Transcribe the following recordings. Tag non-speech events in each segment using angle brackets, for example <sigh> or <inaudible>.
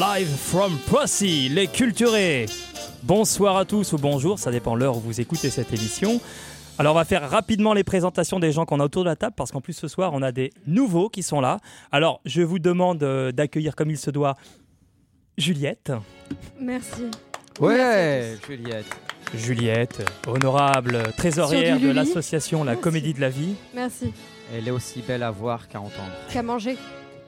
Live from Procy, les culturés. Bonsoir à tous ou bonjour, ça dépend l'heure où vous écoutez cette émission. Alors on va faire rapidement les présentations des gens qu'on a autour de la table parce qu'en plus ce soir on a des nouveaux qui sont là. Alors je vous demande euh, d'accueillir comme il se doit Juliette. Merci. Ouais, Juliette. Juliette, euh, honorable trésorière Sur du de Lully. l'association La Merci. Comédie de la Vie. Merci. Elle est aussi belle à voir qu'à entendre. Qu'à manger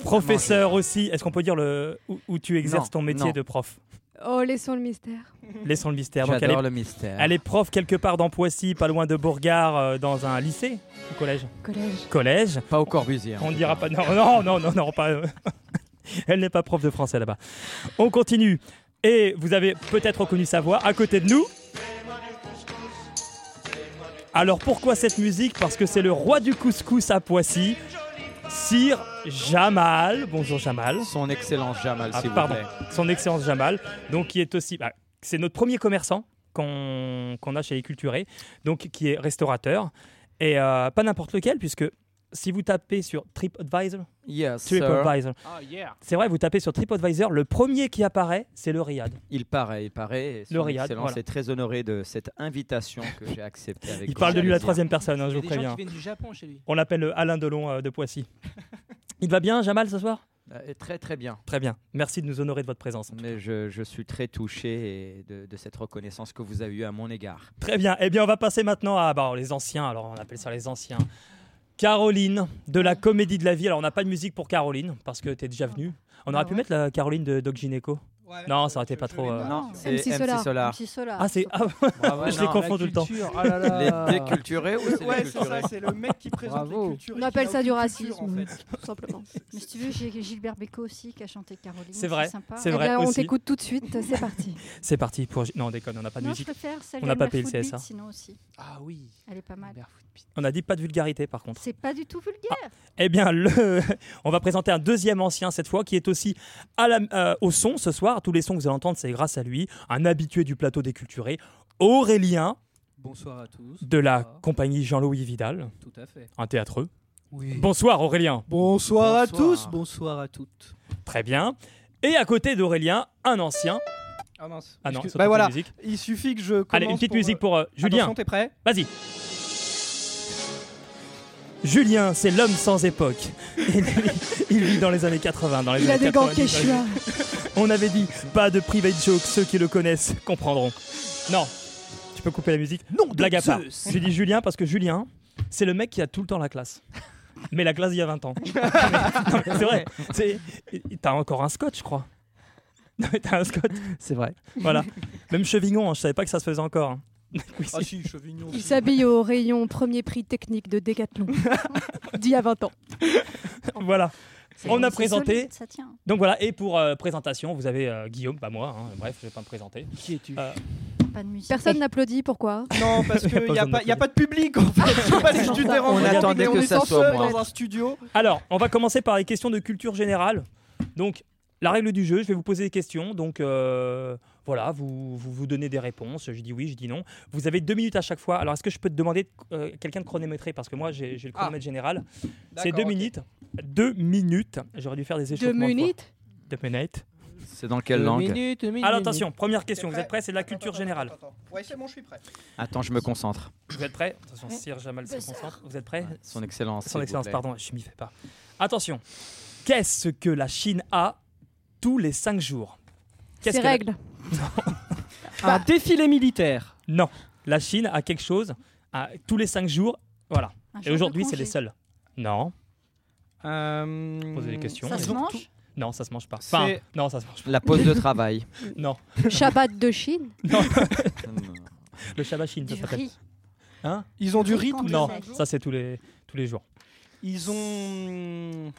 Professeur aussi, est-ce qu'on peut dire le, où, où tu exerces Non, ton métier non. de prof Oh, laissons le mystère. Laissons le mystère. Donc elle est, J'adore le mystère. elle est prof quelque part dans Poissy, pas loin de Bourgard, euh, dans un lycée ou collège Collège. Collège. Pas au Corbusier. hein. en On ne tout dira pas. cas. Non, non, non, non, non, pas. euh, <laughs> Elle n'est pas prof de français là-bas. On continue. Et vous avez peut-être reconnu sa voix à côté de nous. Alors pourquoi cette musique Parce que c'est le roi du couscous à Poissy, Sir Jamal. Bonjour Jamal. Son excellent Jamal, Ah, s'il vous pardon. plaît. Son excellence Jamal. Donc qui est aussi. bah, c'est notre premier commerçant qu'on qu'on a chez les Culturés, donc qui est restaurateur. Et euh, pas n'importe lequel, puisque si vous tapez sur TripAdvisor, Yes, sir. TripAdvisor. Ah, C'est vrai, vous tapez sur TripAdvisor, le premier qui apparaît, c'est le Riyad. Il paraît, il paraît. et Le son Riyad, Excellence voilà. est très honoré de cette invitation que j'ai acceptée avec Il parle de lui la plaisir. troisième personne, hein, je Il y vous a des gens préviens. qui viennent du Japon chez lui. On l'appelle le Alain Delon euh, de <laughs> Poissy. Il va bien, Jamal, ce soir Euh, très, très bien. Très bien. Merci de nous honorer de votre présence. Mais je, je suis très touché et de, de cette reconnaissance que vous avez eue à mon égard. Très bien. Eh bien, on va passer maintenant à bah, les anciens. Alors, on appelle ça les anciens. Caroline de la Comédie de la Vie. Alors, on n'a pas de musique pour Caroline parce que t'es déjà venue. On aurait Ah pu ouais. mettre la Caroline de Doc Gineco. Non, ça aurait été pas trop, Ah, euh, Non, <laughs> Oh, c'est MC Solar. Solar. MC Solar. Ah, c'est. ah, Bravo, Je les non. confonds tout le temps. Ah là là. Les déculturés ou c'est Ouais, les c'est culturés ça, c'est le mec qui présente Bravo. les cultures. et On qui appelle a ça du aucune culture, racisme, en fait. tout simplement. Mais si tu veux, j'ai Gilbert Bécaud aussi qui a chanté Caroline. C'est vrai, sympa. <laughs> c'est Eh vrai bien, on aussi. t'écoute tout de suite, c'est <laughs> parti. C'est parti pour. Non, on déconne, on n'a pas de non, je musique. préfère celle On de n'a pas Mère payé le Footbeat, CSA. Sinon aussi, Ah oui. elle est pas mal. On a dit pas de vulgarité par contre. C'est pas du tout vulgaire. Eh bien, le... <laughs> on va présenter un deuxième ancien cette fois qui est aussi à la- euh, au son ce soir. Tous les sons que vous allez entendre, c'est grâce à lui, un habitué du plateau des culturés, Aurélien Bonsoir à tous. Ah, de la compagnie Jean-Louis Vidal, Tout à fait. un théâtreux. Oui. Bonsoir Aurélien. Bonsoir à tous, Bonsoir. bonsoir à toutes. Très bien. Et à côté d'Aurélien, un ancien. Ah mince. Ah non, Excuse- saute bah une voilà, musique. il suffit que je commence Allez, une petite pour, musique euh, pour euh, Julien. Attention, t'es prêt Vas-y. Julien, c'est l'homme sans époque. <laughs> Il, il vit dans les années 80, dans les Il a années des gants 90. Quechua. On avait dit pas de private joke, ceux qui le connaissent comprendront. Non, tu peux couper la musique. Non, Blague à part. J'ai dit Julien parce que Julien, c'est le mec qui a tout le temps la classe. Mais la classe d'il y a 20 ans. Non, mais c'est vrai. C'est- T'as encore un scotch, je crois. Non, mais T'as un scotch, c'est vrai. Voilà. Même Chevignon, hein, je savais pas que ça se faisait encore. hein. <laughs> Oui, Ah si. si, Chevignon. Il s'habille au rayon premier prix technique <laughs> de Decathlon, d'il y a 20 ans. Voilà. C'est- On a c'est présenté- solide, ça tient. Donc voilà. Et pour euh, présentation, vous avez euh, Guillaume, pas moi. hein. Bref, je vais pas me présenter. Qui es-tu Ah. Pas de musique. Personne n'applaudit, pourquoi Non, parce Il y a <laughs> pas qu'il n'y a, besoin pas- de y a pas de public en fait. Je sais pas si tu t'es rendu On compte, mais attendait on que est ça sans soit seul moi. dans un studio. Alors, on va commencer par les questions de culture générale. Donc, la règle du jeu, je vais vous poser des questions. Donc, euh, voilà, vous, vous vous donnez des réponses. Je dis oui, je dis non. Vous avez deux minutes à chaque fois. Alors, est-ce que je peux te demander euh, quelqu'un de chronométrer Parce que moi, j'ai j'ai le chronomètre général. C'est deux Ah. D'accord, ok. minutes. Deux minutes. J'aurais dû faire des De échauffements. de Munich fois. Deux minutes. C'est dans quelle langue Alors, attention, première question. T'es Vous êtes prêt prêts C'est de la Attends, culture attends, générale. attends, attends. Ouais, c'est bon, je suis prêt. Attends, je me concentre. Vous êtes prêts Attention, Ouais. Sir Jamal se Deux heures. concentre. Vous êtes prêts Son excellence. s'il Son vous Excellence, plaît. pardon, je m'y fais pas. Attention, qu'est-ce que la Chine a tous les 5 jours Ses Qu'est-ce que la- <laughs> règles. Ah. Un défilé militaire. Non, la Chine a quelque chose à... tous les 5 jours, voilà. Un jour Et de aujourd'hui, c'est congé. les seuls. Non, Posez Posez des questions. Ça se Surtout- mange non, ça se mange pas. Enfin, C'est- non, ça se mange La pause <laughs> de travail. pas. Non, Shabbat de Chine. le Shabbat Chine, ça du s'appelle. riz. Hein Ils ont du riz tous les Non, cinq jours ça c'est tous les tous les jours. Ils ont. une-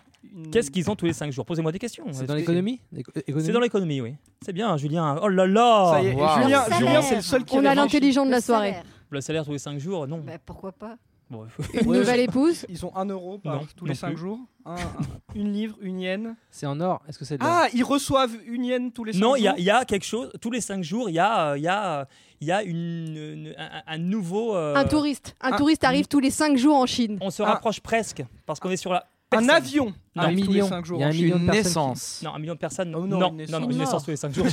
Qu'est-ce qu'ils ont tous les 5 jours Posez-moi des questions. C'est dans l'économie Éco- économie C'est dans l'économie, oui. C'est bien, Julien. Oh là là Ça y Ah, est, Wow. Julien, Le Julien, salaire. c'est le seul qui On a réfléchit. l'intelligent de la Le soirée. salaire. Le salaire tous les 5 jours, non. Bah, pourquoi pas Bon, Une Ouais. nouvelle épouse. Ils ont 1 euro par Non, tous non les 5 plus. jours. Un- un- une livre, une yenne. C'est en or Est-ce que c'est de l'or Ah, ils reçoivent une yenne tous les 5 Non, jours. il y, a- il y a quelque chose. Tous les cinq jours, il y a, euh, il y a, euh, il y a une, une- un, un nouveau. euh, Un touriste. Un un- touriste arrive tous les 5 jours en Chine. On se un- rapproche presque parce qu'on est sur la. Un personnes. avion Non. arrive Un ah, tous les million. 5 jours. Il y a un Je suis million Une de personnes qui- naissance. Non, un million de personnes. Oh non, non, non, une non, naissance. une Une naissance mort. tous les 5 jours.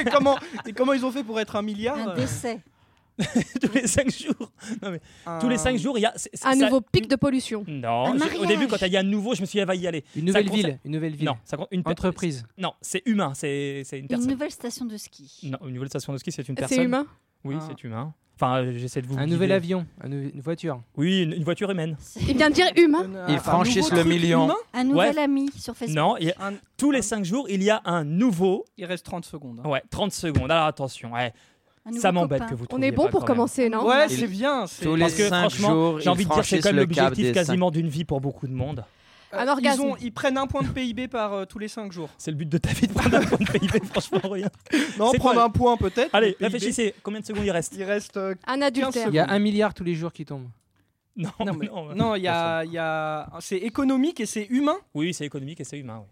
et comment, et comment ils ont fait pour être un Un Ah. milliard décès. tous les 5 jours. Un- Tous les 5 jours, il y a. c'est- c'est- Un ça- nouveau pic de pollution. Non, Un j'ai- au début, mariage. quand il y a un nouveau, je me suis dit, elle va y aller. Une nouvelle Ça ville. Une nouvelle ville. Non, ça compte une per- Entreprise. Non, c'est humain, c'est c'est une Une personne. nouvelle station de ski. Non, une nouvelle station de ski, c'est une personne. C'est humain. Oui, Ah. c'est humain. Enfin, euh, j'essaie de vous. Un guider. nouvel avion. un nou- Une voiture. Oui, une, une voiture humaine. C'est Il vient de Eh dire humain. Un- Ils un franchissent nouveau le truc million. humain Un nouvel ami sur Facebook. Non, il y a- Un- tous les 5 jours, il y a un nouveau. Il reste 30 secondes. hein. Ouais, 30 secondes. Alors attention, ouais, Un nouveau ça m'embête copain. que vous On trouviez est bon pas pour quand même. commencer, non Ouais, Il- c'est bien. c'est- Tous les Parce que, 5 franchement, jours, J'ai envie de dire, c'est quand même l'objectif quasiment d'une vie pour beaucoup de monde. Euh, Un ils, orgasme. ont- ils prennent un point de PIB par euh, tous les 5 jours. C'est le but de ta vie de prendre un point de PIB, <laughs> franchement, rien. Non, C'est prendre quoi un point peut-être. Allez, du PIB. réfléchissez, combien de secondes il reste Il reste. euh, Un adultère. Il y a un milliard tous les jours qui tombe. Non, Non, Oh, non, mais- ouais. Non, il y a, il y a- C'est économique et c'est humain. Oui, c'est économique et c'est humain. oui.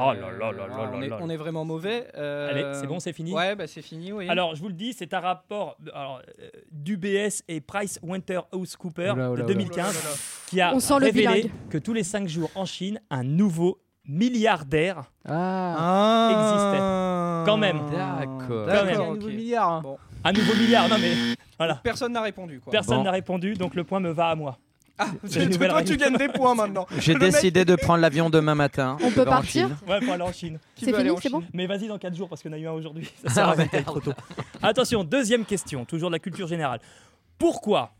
Oh là là là là on, là est, là. on est vraiment mauvais. euh, Allez, c'est bon, c'est fini Ouais, bah c'est fini, oui. Alors, je vous le dis, c'est un rapport alors, euh, d'UBS et Price Waterhouse Cooper Oula, de oula, oula. Oh là là 2015 là là. qui a On sent le révélé bilingue. que tous les 5 jours en Chine, un nouveau milliardaire. Ah. Ah. Quand même. D'accord. Quand même. D'accord, ok. milliard. hein. Bon. Un nouveau milliard, non mais Voilà. Personne n'a répondu, quoi. personne Bon. n'a répondu, donc le point me va à moi. Ah, C'est une nouvelle toi, <laughs> tu règle. gagnes des points maintenant. J'ai Le mec- décidé de prendre l'avion demain matin. On Je peut vais en partir Chine. Ouais, pour aller en Chine. Qui C'est veut aller fini, en c'est bon Chine Mais vas-y dans 4 jours parce qu'on a eu un aujourd'hui. Ça sert à Ah, rien d'être trop tôt. Attention, deuxième question, toujours de la culture générale. Pourquoi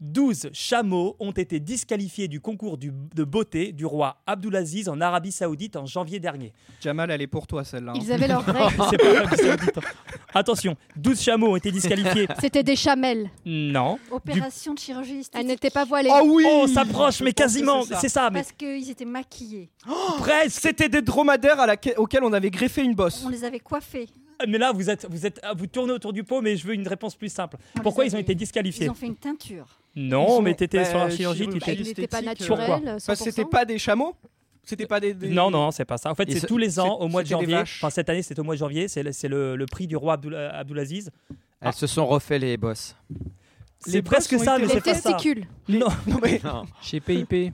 12 chameaux ont été disqualifiés du concours du- de beauté du roi Abdulaziz en Arabie Saoudite en janvier dernier Jamal, elle est pour toi, celle-là. hein. Ils avaient leurs règles. C'est pas l'Arabie Saoudite. hein. Attention, 12 chameaux ont été disqualifiés. C'était des chamelles. Non. Opération de chirurgie esthétique. Elles n'étaient pas voilées. Oh oui Oh, on s'approche, Je mais pense que quasiment. c'est ça. C'est ça, mais Parce qu'ils étaient maquillés. presque. C'était des dromadaires à laquelle- auxquels on avait greffé une bosse. On les avait coiffés. Mais là, vous êtes, vous êtes, ah, vous tournez autour du pot, mais je veux une réponse plus simple. On Pourquoi les ils ont avait- été disqualifiés Ils ont fait une teinture. Non, Ils ont- mais t'étais bah, sur la chirurgie, chirurgie. t'étais- Elles n'étaient pas esthétique, Pourquoi naturelles. 100%. Parce que c'était pas des chameaux C'était pas des, des- Non, non, c'est pas ça. En fait, Et c'est ce- tous les ans c'est- au mois de c'était des janvier. vaches. Enfin, cette année, c'est au mois de janvier. C'est le, c'est le- le prix du roi Abdul- Abdulaziz. Elles se sont refait les bosses. C'est bosses presque ont ça, été mais Les c'est pas ça. testicules. Non. <laughs> Non, mais Chez PIP.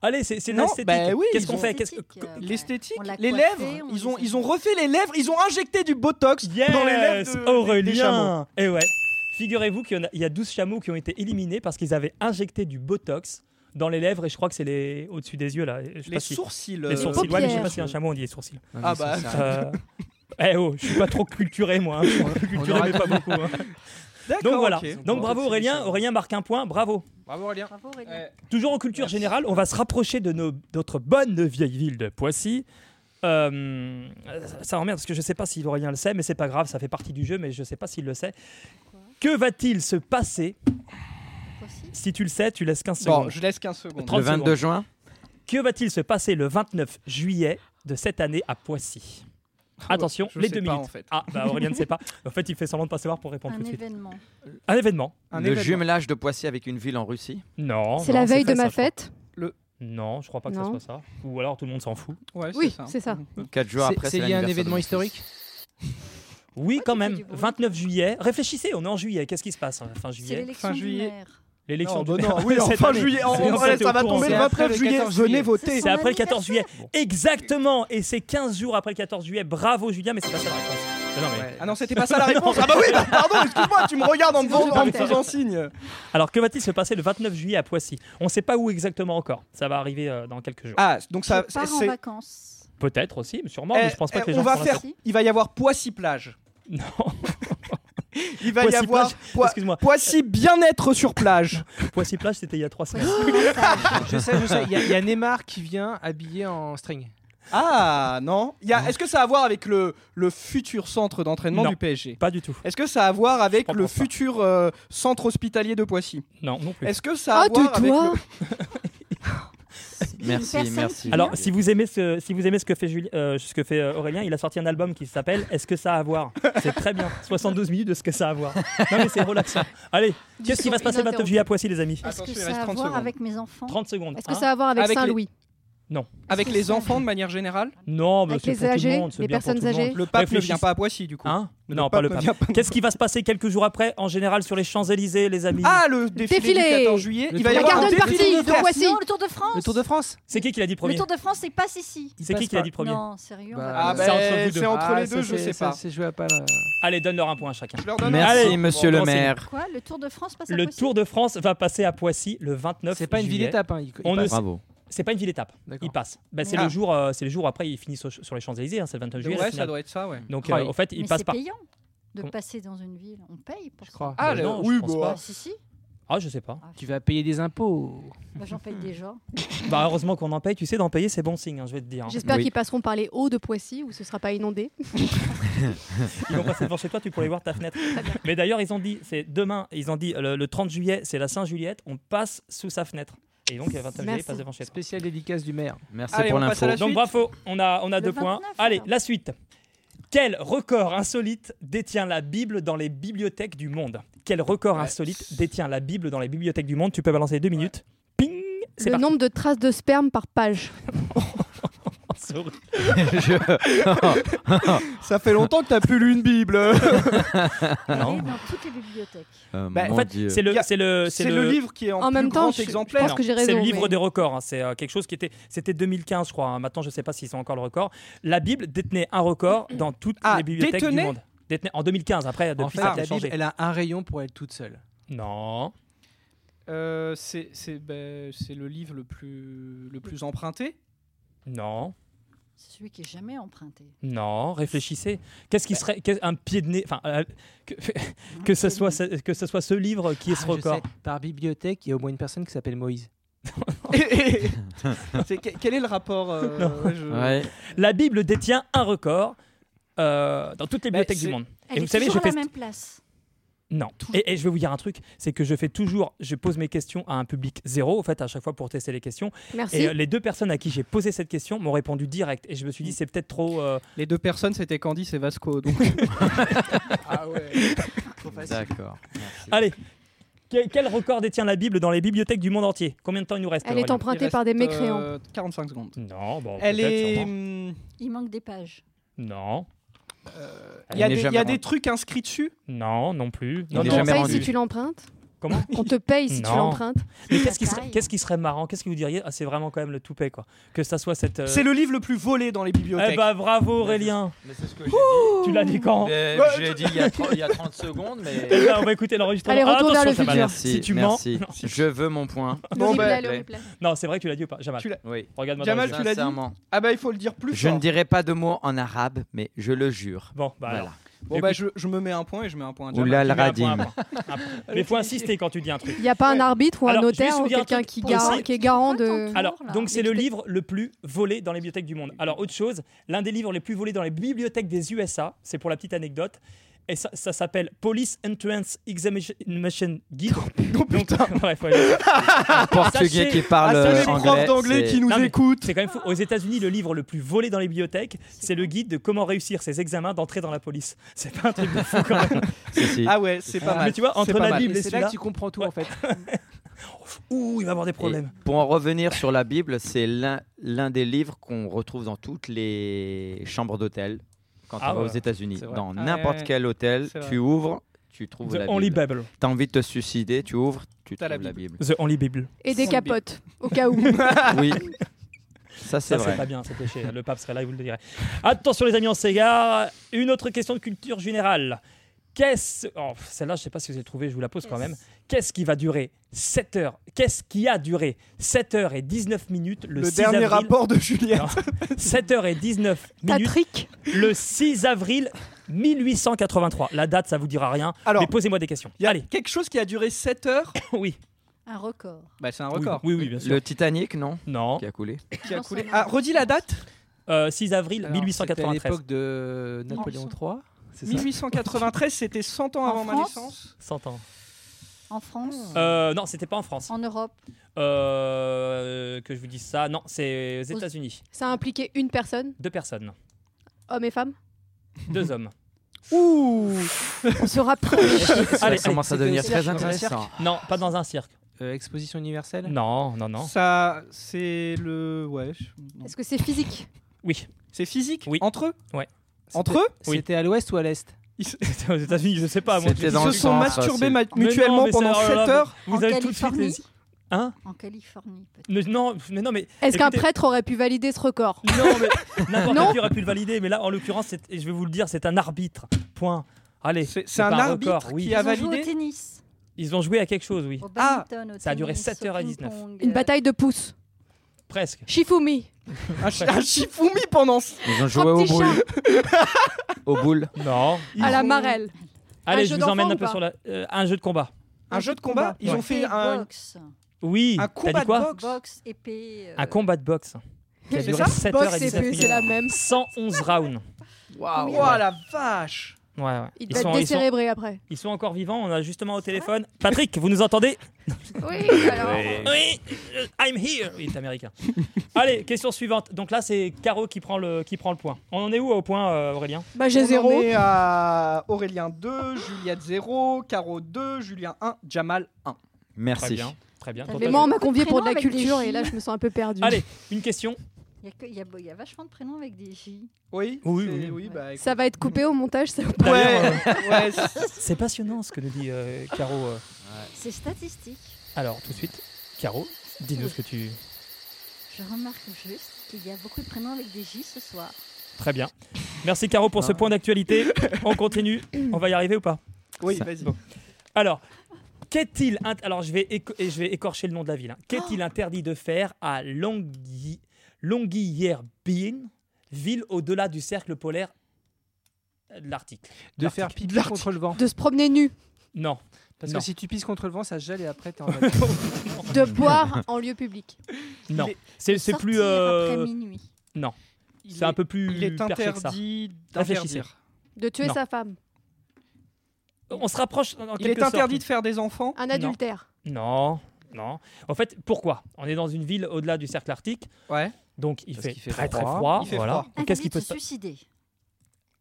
Allez, c'est c'est Non, l'esthétique. bah oui, Qu'est-ce ils qu'on ont- fait Qu'est-ce que- Esthétique, euh, ouais. l'esthétique, On l'a les coiffé, lèvres, on ils les ont, a- ils ont refait les lèvres, ils ont injecté du botox Yes, dans les lèvres de- des- des chameaux. Aurélien. Et ouais. Figurez-vous qu'il y en a- il y, a 12 chameaux qui ont été éliminés parce qu'ils avaient injecté du botox dans les lèvres et je crois que c'est les au-dessus des yeux là. Je sais Les pas si- sourcils. les euh, sourcils. Ouais, mais je sais pas paupières. si un chameau on dit les sourcils. Non, Ah mais bah. <laughs> ça, ça- <laughs> Euh, Eh oh, je suis pas trop culturé moi. hein. Je suis un peu culturé aura mais pas beaucoup. <laughs> hein. D'accord, Donc voilà. ok. bah, Donc Bon, bravo c'est Aurélien. chameaux. Aurélien marque un point. Bravo. Bravo Aurélien. Bravo Aurélien. Ouais. Toujours en culture Merci. générale, on va se rapprocher de nos- notre bonne vieille ville de Poissy. Euh, ça m'emmerde parce que je ne sais pas si Aurélien le sait, mais c'est pas grave, ça fait partie du jeu, mais je ne sais pas s'il le sait. Que va-t-il se passer Aussi. Si tu le sais, tu laisses 15 Bon, secondes. je laisse 15 secondes. 30 Le 22 juin Que va-t-il se passer le 29 juillet de cette année à Poissy Attention, Oh, Je les sais deux pas, minutes. en fait. Ah, bah Aurélien ne sait pas. En fait, il fait semblant de pas savoir pour répondre Un tout de suite. événement. Un événement Un Le événement. jumelage de Poissy avec une ville en Russie. Non. C'est non, la veille fait, de ma ça, je crois. fête. Non, je crois pas que Non. ce soit ça. Ou alors tout le monde s'en fout. Ouais, Oui, ça. Mmh. c'est ça. 4 jours C'est- après, C'est lié à un événement historique Oui, quand tu fais même. du bruit 29 juillet. Réfléchissez, on est en juillet. Qu'est-ce qui se passe hein, fin C'est juillet l'élection Fin du juillet. maire. L'élection Non, du bah <laughs> maire. non, oui, en Cette fin année. juillet. en- C'est- en- on ouais, était ça au va courant. tomber le C'est après 29 le juillet. 14 Venez juillet. voter. C'est Son après le 14 juillet. anniversaire. Exactement. Et c'est 15 jours après le 14 juillet. Bravo, Julien, mais c'est pas ça la réponse. Mais <laughs> non, mais- Ah non, c'était pas ça la réponse. Ah bah oui, bah pardon, excuse-moi, tu me regardes en me faisant- en me faisant signe. Alors, que va-t-il se passer le 29 juillet à Poissy On ne sait pas où exactement encore. Ça va arriver euh, dans quelques jours. Ah, donc Ça, ça, je c'est. pars en vacances. Peut-être aussi, mais sûrement, eh, mais je pense pas eh, que les on gens va sont faire. là-dessus. Il va y avoir Poissy plage. Non, Il va Poissy y avoir Poi- excuse-moi. Poissy bien-être <laughs> sur plage. Poissy plage, c'était il y a trois Ouais, semaines. c'est ça. Je sais, je sais. Il y, a- il y a Neymar qui vient habillé en string. Ah non. Il y a- Est-ce que ça a à voir avec le, le futur centre d'entraînement Non. du PSG Pas du tout. Est-ce que ça a à voir avec Je le pense pas. futur euh, centre hospitalier de Poissy Non, non plus. Est-ce que Ah, ça a à Oh, voir avec tais-toi. Une Merci, personne merci. qui- Alors, si vous aimez ce, si vous aimez ce que fait, Juli- euh, ce que fait euh, Aurélien, il a sorti un album qui s'appelle Est-ce que ça a à voir C'est très bien. 72 minutes de ce que ça a à voir. Non, mais c'est relaxant. Allez, qu'est-ce qui va se passer le 29 juillet à Poissy, les amis Ah, Est-ce Attention, que il reste ça a à 30 voir secondes. avec mes enfants 30 secondes. Est-ce que hein. ça a à voir avec Avec les- Saint-Louis Non. Avec les enfants de manière générale Non, mais Avec c'est les pour tout le âgés, monde, c'est les bien pour personnes tout le monde. âgées. Le pape ne Réfléchissez. vient pas à Poissy du coup. Hein non, pas le pape. ne vient pas- Qu'est-ce qui va se passer quelques jours après, en général, sur les Champs-Élysées, les amis Ah, le défilé, Défilé. du 14 juillet. Le Il va y La tour- avoir garden un party défilé de de fraises. Poissy. Non, le Tour de France. Le Tour de France C'est qui qui l'a dit premier Le Tour de France, c'est passe ici. Il C'est qui passe qui l'a pas. dit premier Non, sérieux. on Bah, va Ah, Ah ben, ben, C'est entre vous deux. c'est entre Ah, les ça, deux, je c'est- sais ça, pas. C'est joué à pas là. Allez, donne-leur un point à chacun. Je leur donne Merci, Allez, euh, monsieur bon, le c'est maire. Quoi Le Tour de France passe à Le Poissy Tour de France va passer à Poissy le 29 C'est pas une ville juillet. étape. Hein. il- il On passe. ne- Bravo. C'est pas une ville étape. D'accord. Il passe. Bah, c'est Ah. le jour, euh, c'est le jour après ils finissent au- sur les Champs-Élysées, hein, c'est le 29 juillet. la Ouais, ça finale. doit être ça, ouais. Donc Ah euh, oui. au fait, il Mais passe c'est par. payant de Comment passer dans une ville. On paye pour Je ça. crois. Ah, Bah, le- non, je oui, pense bon. pas. Bah, si, si. Ah, je sais pas. Tu vas payer des impôts. Bah, <laughs> J'en paye déjà. Bah heureusement qu'on en paye. Tu sais, d'en payer, c'est bon signe. hein, je vais te dire. J'espère Oui. qu'ils passeront par les hauts de Poissy où ce sera pas inondé. Ils vont passer devant chez toi, tu pourrais voir ta fenêtre. Mais d'ailleurs, ils ont dit, c'est demain. Ils ont dit le, le 30 juillet, c'est la Saint-Juliette. On passe sous sa fenêtre. Et donc, le 29 juillet, Merci. ils passent devant chez toi. Spécial dédicace du maire. Merci Allez, pour on passe l'info. à la Donc suite. bravo, on a, on a Le deux points. 29, Allez, alors. la suite. Quel record insolite détient la Bible dans les bibliothèques du monde Quel record Ouais. insolite détient la Bible dans les bibliothèques du monde Tu peux balancer deux minutes. Ping C'est Le parti. nombre de traces de sperme par page. C'est horrible. <laughs> Je- Ça fait longtemps que t'as plus lu une Bible. Euh, Ah Elle est dans toutes les bibliothèques. Euh, Bah, en En mon fait, Dieu. c'est le, Il y a- c'est le, C'est le livre qui est en, En plus même temps, grand je- je exemplaire. pense que j'ai C'est raison, le livre mais- des records. hein. C'est euh, quelque chose qui était. C'était 2015, je crois. hein. Maintenant, je ne sais pas s'ils ont encore le record. La Bible détenait un record dans toutes Ah, les bibliothèques détenait du monde. Détenait en 2015. Après, depuis en fait, ça a la changé. Bible, elle a un rayon pour elle toute seule. Non. Euh, c'est c'est- ben, c'est le livre le plus, le plus <laughs> emprunté. Non. C'est celui qui est jamais emprunté. Non. Réfléchissez. Qu'est-ce qui serait qu'est- un pied de nez Enfin, euh, que, <laughs> que Hein, ce c'est soit lui. ce- que ce soit ce livre qui est Ah, ce je record. sais, Par bibliothèque, il y a au moins une personne qui s'appelle Moïse. C'est- que- quel est le rapport euh, ouais, je- Ouais. La Bible détient un record euh, dans toutes les Mais bibliothèques du c'est- monde. Elle vous est savez, toujours je à la fais- même place. Non. Et, et je vais vous dire un truc, c'est que je fais toujours, je pose mes questions à un public zéro, en fait, à chaque fois pour tester les questions. Merci. Et euh, les deux personnes à qui j'ai posé cette question m'ont répondu direct. Et je me suis dit, c'est peut-être trop. euh, Les deux personnes, c'était Candice et Vasco. Donc... <laughs> ah ouais. D'accord. Allez, quel, quel record détient la Bible dans les bibliothèques du monde entier Combien de temps il nous reste Elle est Aurélien empruntée par des mécréants. 45 euh, secondes. Non, bon. Elle peut-être, est. sûrement. hum, Il manque des pages. Non, Il y a, Elle n'est des, il y jamais a des rentrée. trucs inscrits dessus. non, non plus. Il Non, On n'est non, te jamais paye rendu. si tu l'empruntes. <laughs> Comment On te paye si tu Non. l'empruntes. Mais qu'est-ce qui, Bataille. serait- qu'est-ce qui serait marrant Qu'est-ce que vous diriez Ah, c'est vraiment quand même le toupet, quoi. Que ça soit cette. euh, C'est le livre le plus volé dans les bibliothèques. Eh bah, bravo, Aurélien Mais c'est ce que j'ai dit. Tu l'as dit quand Mais Ouais, J'ai dit il y, a 30, il y a 30 secondes, mais. Eh ben, on va écouter l'enregistrement. Allez, retourne vers Attention, le Jamal. futur. Merci, Si tu merci. mens. Je veux mon point. Le Bon, replay, bah, le ouais. replay. Non, c'est vrai que tu l'as dit ou pas Jamal. Tu l'as- Oui. Regarde-moi dans Jamal, les yeux. tu l'as dit Sincèrement. Ah bah il faut le dire plus. Je fort. ne dirai pas de mots en arabe, mais je le jure. Bon, bah alors. Voilà. Bon bah je, je me mets un point et je mets un point à Jamal. Oula Tu le mets un point, un radim. point, <laughs> un point. Mais faut insister quand tu dis un truc. Il n'y a pas un arbitre ou un Alors, je vais juste notaire vous ou dire un quelqu'un truc qui, pour gar- aussi. qui est garant de. Attends. Alors, Bonjour, là. donc c'est le Mais peut-être- livre le plus volé dans les bibliothèques du monde. Alors, autre chose, l'un des livres les plus volés dans les bibliothèques des USA, c'est pour la petite anecdote, et ça, ça s'appelle Police Entrance Examination Guide. Oh, Donc, <laughs> bref, ouais, je- <laughs> Un Portugais qui Ah, parle c'est les anglais. profs d'anglais c'est- qui nous Non, mais- écoutent. c'est quand même fou. Aux États-Unis, le livre le plus volé dans les bibliothèques, c'est le guide de comment réussir ses examens d'entrée dans la police. C'est pas un truc <laughs> de fou quand même. Si, si. Ah ouais, c'est pas Mais mal. tu vois, entre C'est pas la mal. Bible et C'est là celui-là, que tu comprends tout Ouais. en fait. ouh, il va avoir des problèmes. Et pour en revenir sur la Bible, c'est l'un l'un des livres qu'on retrouve dans toutes les chambres d'hôtel quand Ah on va ouais. aux États-Unis. C'est vrai. Dans Ah ouais, n'importe ouais. quel hôtel, C'est vrai. tu ouvres, tu trouves The la Only Bible. Bible. T'as envie de te suicider, tu ouvres, tu T'as trouves la la Bible. The Only Bible. Et des Zombie. capotes, au cas où. <laughs> oui, Ça, ça c'est c'est vrai. pas bien, c'est péché. Le pape serait là, il vous le dirait. Attention, les amis, on s'égare. Une autre question de culture générale. Qu'est-ce. oh, pff, Celle-là, je sais pas si vous avez trouvé, je vous la pose quand même. Qu'est-ce qui va durer 7 heures Qu'est-ce qui a duré 7 heures et 19 minutes le, Le, 6 dernier avril rapport de Julien. Non. 7 heures et 19 minutes Patrick, le 6 avril 1883. La date, ça vous dira rien. Alors, mais posez-moi des questions. il y a <coughs> Allez, quelque chose qui a duré 7 heures. oui. Un record. Bah c'est un record. Oui, oui, oui, bien sûr. Le Titanic, non Non. Qui a coulé. Qui a Non, coulé. c'est un Ah, record. redis la date. Euh, 6 avril Alors, c'était à 1893. l'époque de Napoléon III. C'est ça 1893, c'était 100 ans En avant ma France naissance. 100 ans. En France Euh, non, c'était pas en France. En Europe Euh, que je vous dise ça. Non, c'est aux Aux- États-Unis. ça a impliqué une personne, Deux personnes, homme et femme. deux hommes. Ouh On se rapproche. Ça Allez, commence à allez, devenir c'est- très intéressant. Non, pas dans un cirque. euh, Exposition universelle Non, non, non. Ça, c'est le. Ouais. je- non. Est-ce que c'est physique Oui, <laughs> C'est physique Oui. Entre eux Ouais. Entre C'était- eux Oui. C'était à l'ouest ou à l'est <laughs> C'était aux États-Unis, je sais pas. Moi, C'était Ils dans se le sont centre, masturbés c'est- ma- Mais non, mutuellement mais pendant c'est- alors là, 7 heures vous en avez tout de suite les. Californie Hein En Californie, peut-être. Ne- Non, mais non, mais Est-ce qu'un Écoutez- prêtre aurait pu valider ce record Non, mais n'importe Non. qui aurait pu le valider, mais là, en l'occurrence, c'est- et je vais vous le dire, c'est un arbitre. Point. Allez, C'est- c'est C'est un pas arbitre record, oui. qui Ils a ont joué au validé. tennis. ils ont joué à quelque chose, oui. Au Ah, badminton, au ça a duré tennis, 7h19. au ping-pong, Une euh, bataille de pouces. Presque. Shifumi. Un, chi- un Shifumi pendant. Ils ont joué Un au petit boule. chat Au boule. Non. à la ont- marelle. Allez, Un je jeu vous emmène d'enfant un ou peu pas sur la- euh, un jeu de combat. Un jeu de combat. Ils ont fait épée, un, euh, Boxe, Oui. un T'as combat dit de quoi boxe. boxe épée. euh, Un combat de boxe. Qui a C'est duré ça 7 heures Box et et 17 plus, minutes. c'est la même. 111 rounds. Waouh. Oh la vache Ouais, ouais. Il Ils, va sont, être ils, sont, décérébré après. ils sont encore vivants. On a justement au téléphone. Patrick, vous nous entendez Oui, alors. <laughs> Oui, euh, I'm here. Il est américain. <laughs> Allez, question suivante. Donc là, c'est Caro qui prend le qui prend le point. On en est où au point, euh, Aurélien Bah, j'ai On en zéro. est à Aurélien 2, Juliette 0, Caro 2, Julien 1, Jamal 1. Très Merci. bien, très bien. Mais Ton Mais tas- moi, on euh, m'a convié pour de la Prénom avec des culture et là, J. je me sens un peu perdue. Allez, une question. Il y, a que- il y a il y a vachement de prénoms avec des J. Oui Oui, c'est- oui. bah, écoute. Ça va être coupé au montage, ça ou pas Ouais, D'ailleurs, euh, <laughs> ouais, c'est- C'est passionnant ce que nous dit euh, Caro. euh. C'est statistique. Alors tout de suite, Caro, dis-nous ce que tu. Je remarque juste qu'il y a beaucoup de prénoms avec des J ce soir. Très bien. Merci Caro pour ce point d'actualité. On continue. On va y arriver ou pas oui, Ça- vas-y. bon. Alors, qu'est-il int- alors je vais éco- et je vais écorcher le nom de la ville. hein. Qu'est-il interdit de faire à Longhi- Longyearbyen, ville au-delà du cercle polaire euh, de l'Arctique De faire L'Arctique. pipi contre le vent. De se promener nu, Non. Parce Non. que si tu pisses contre le vent, ça gèle et <laughs> après t'es en mode- <laughs> de boire en lieu public. Non. est- C'est c'est plus. Sortir euh, après minuit. c'est un peu plus Il est perché que ça. interdit Réfléchissez. d'interdire. De tuer Non. sa femme. On se rapproche. en- en Il est quelque sorte. interdit de faire des enfants. Un Non. adultère. Non, non. En fait, pourquoi On est dans une ville au-delà du cercle arctique, Ouais. donc il Parce fait, qu'il fait très très froid. froid. Il fait voilà. froid. Donc, Qu'est-ce Interdit qui peut de se se suicider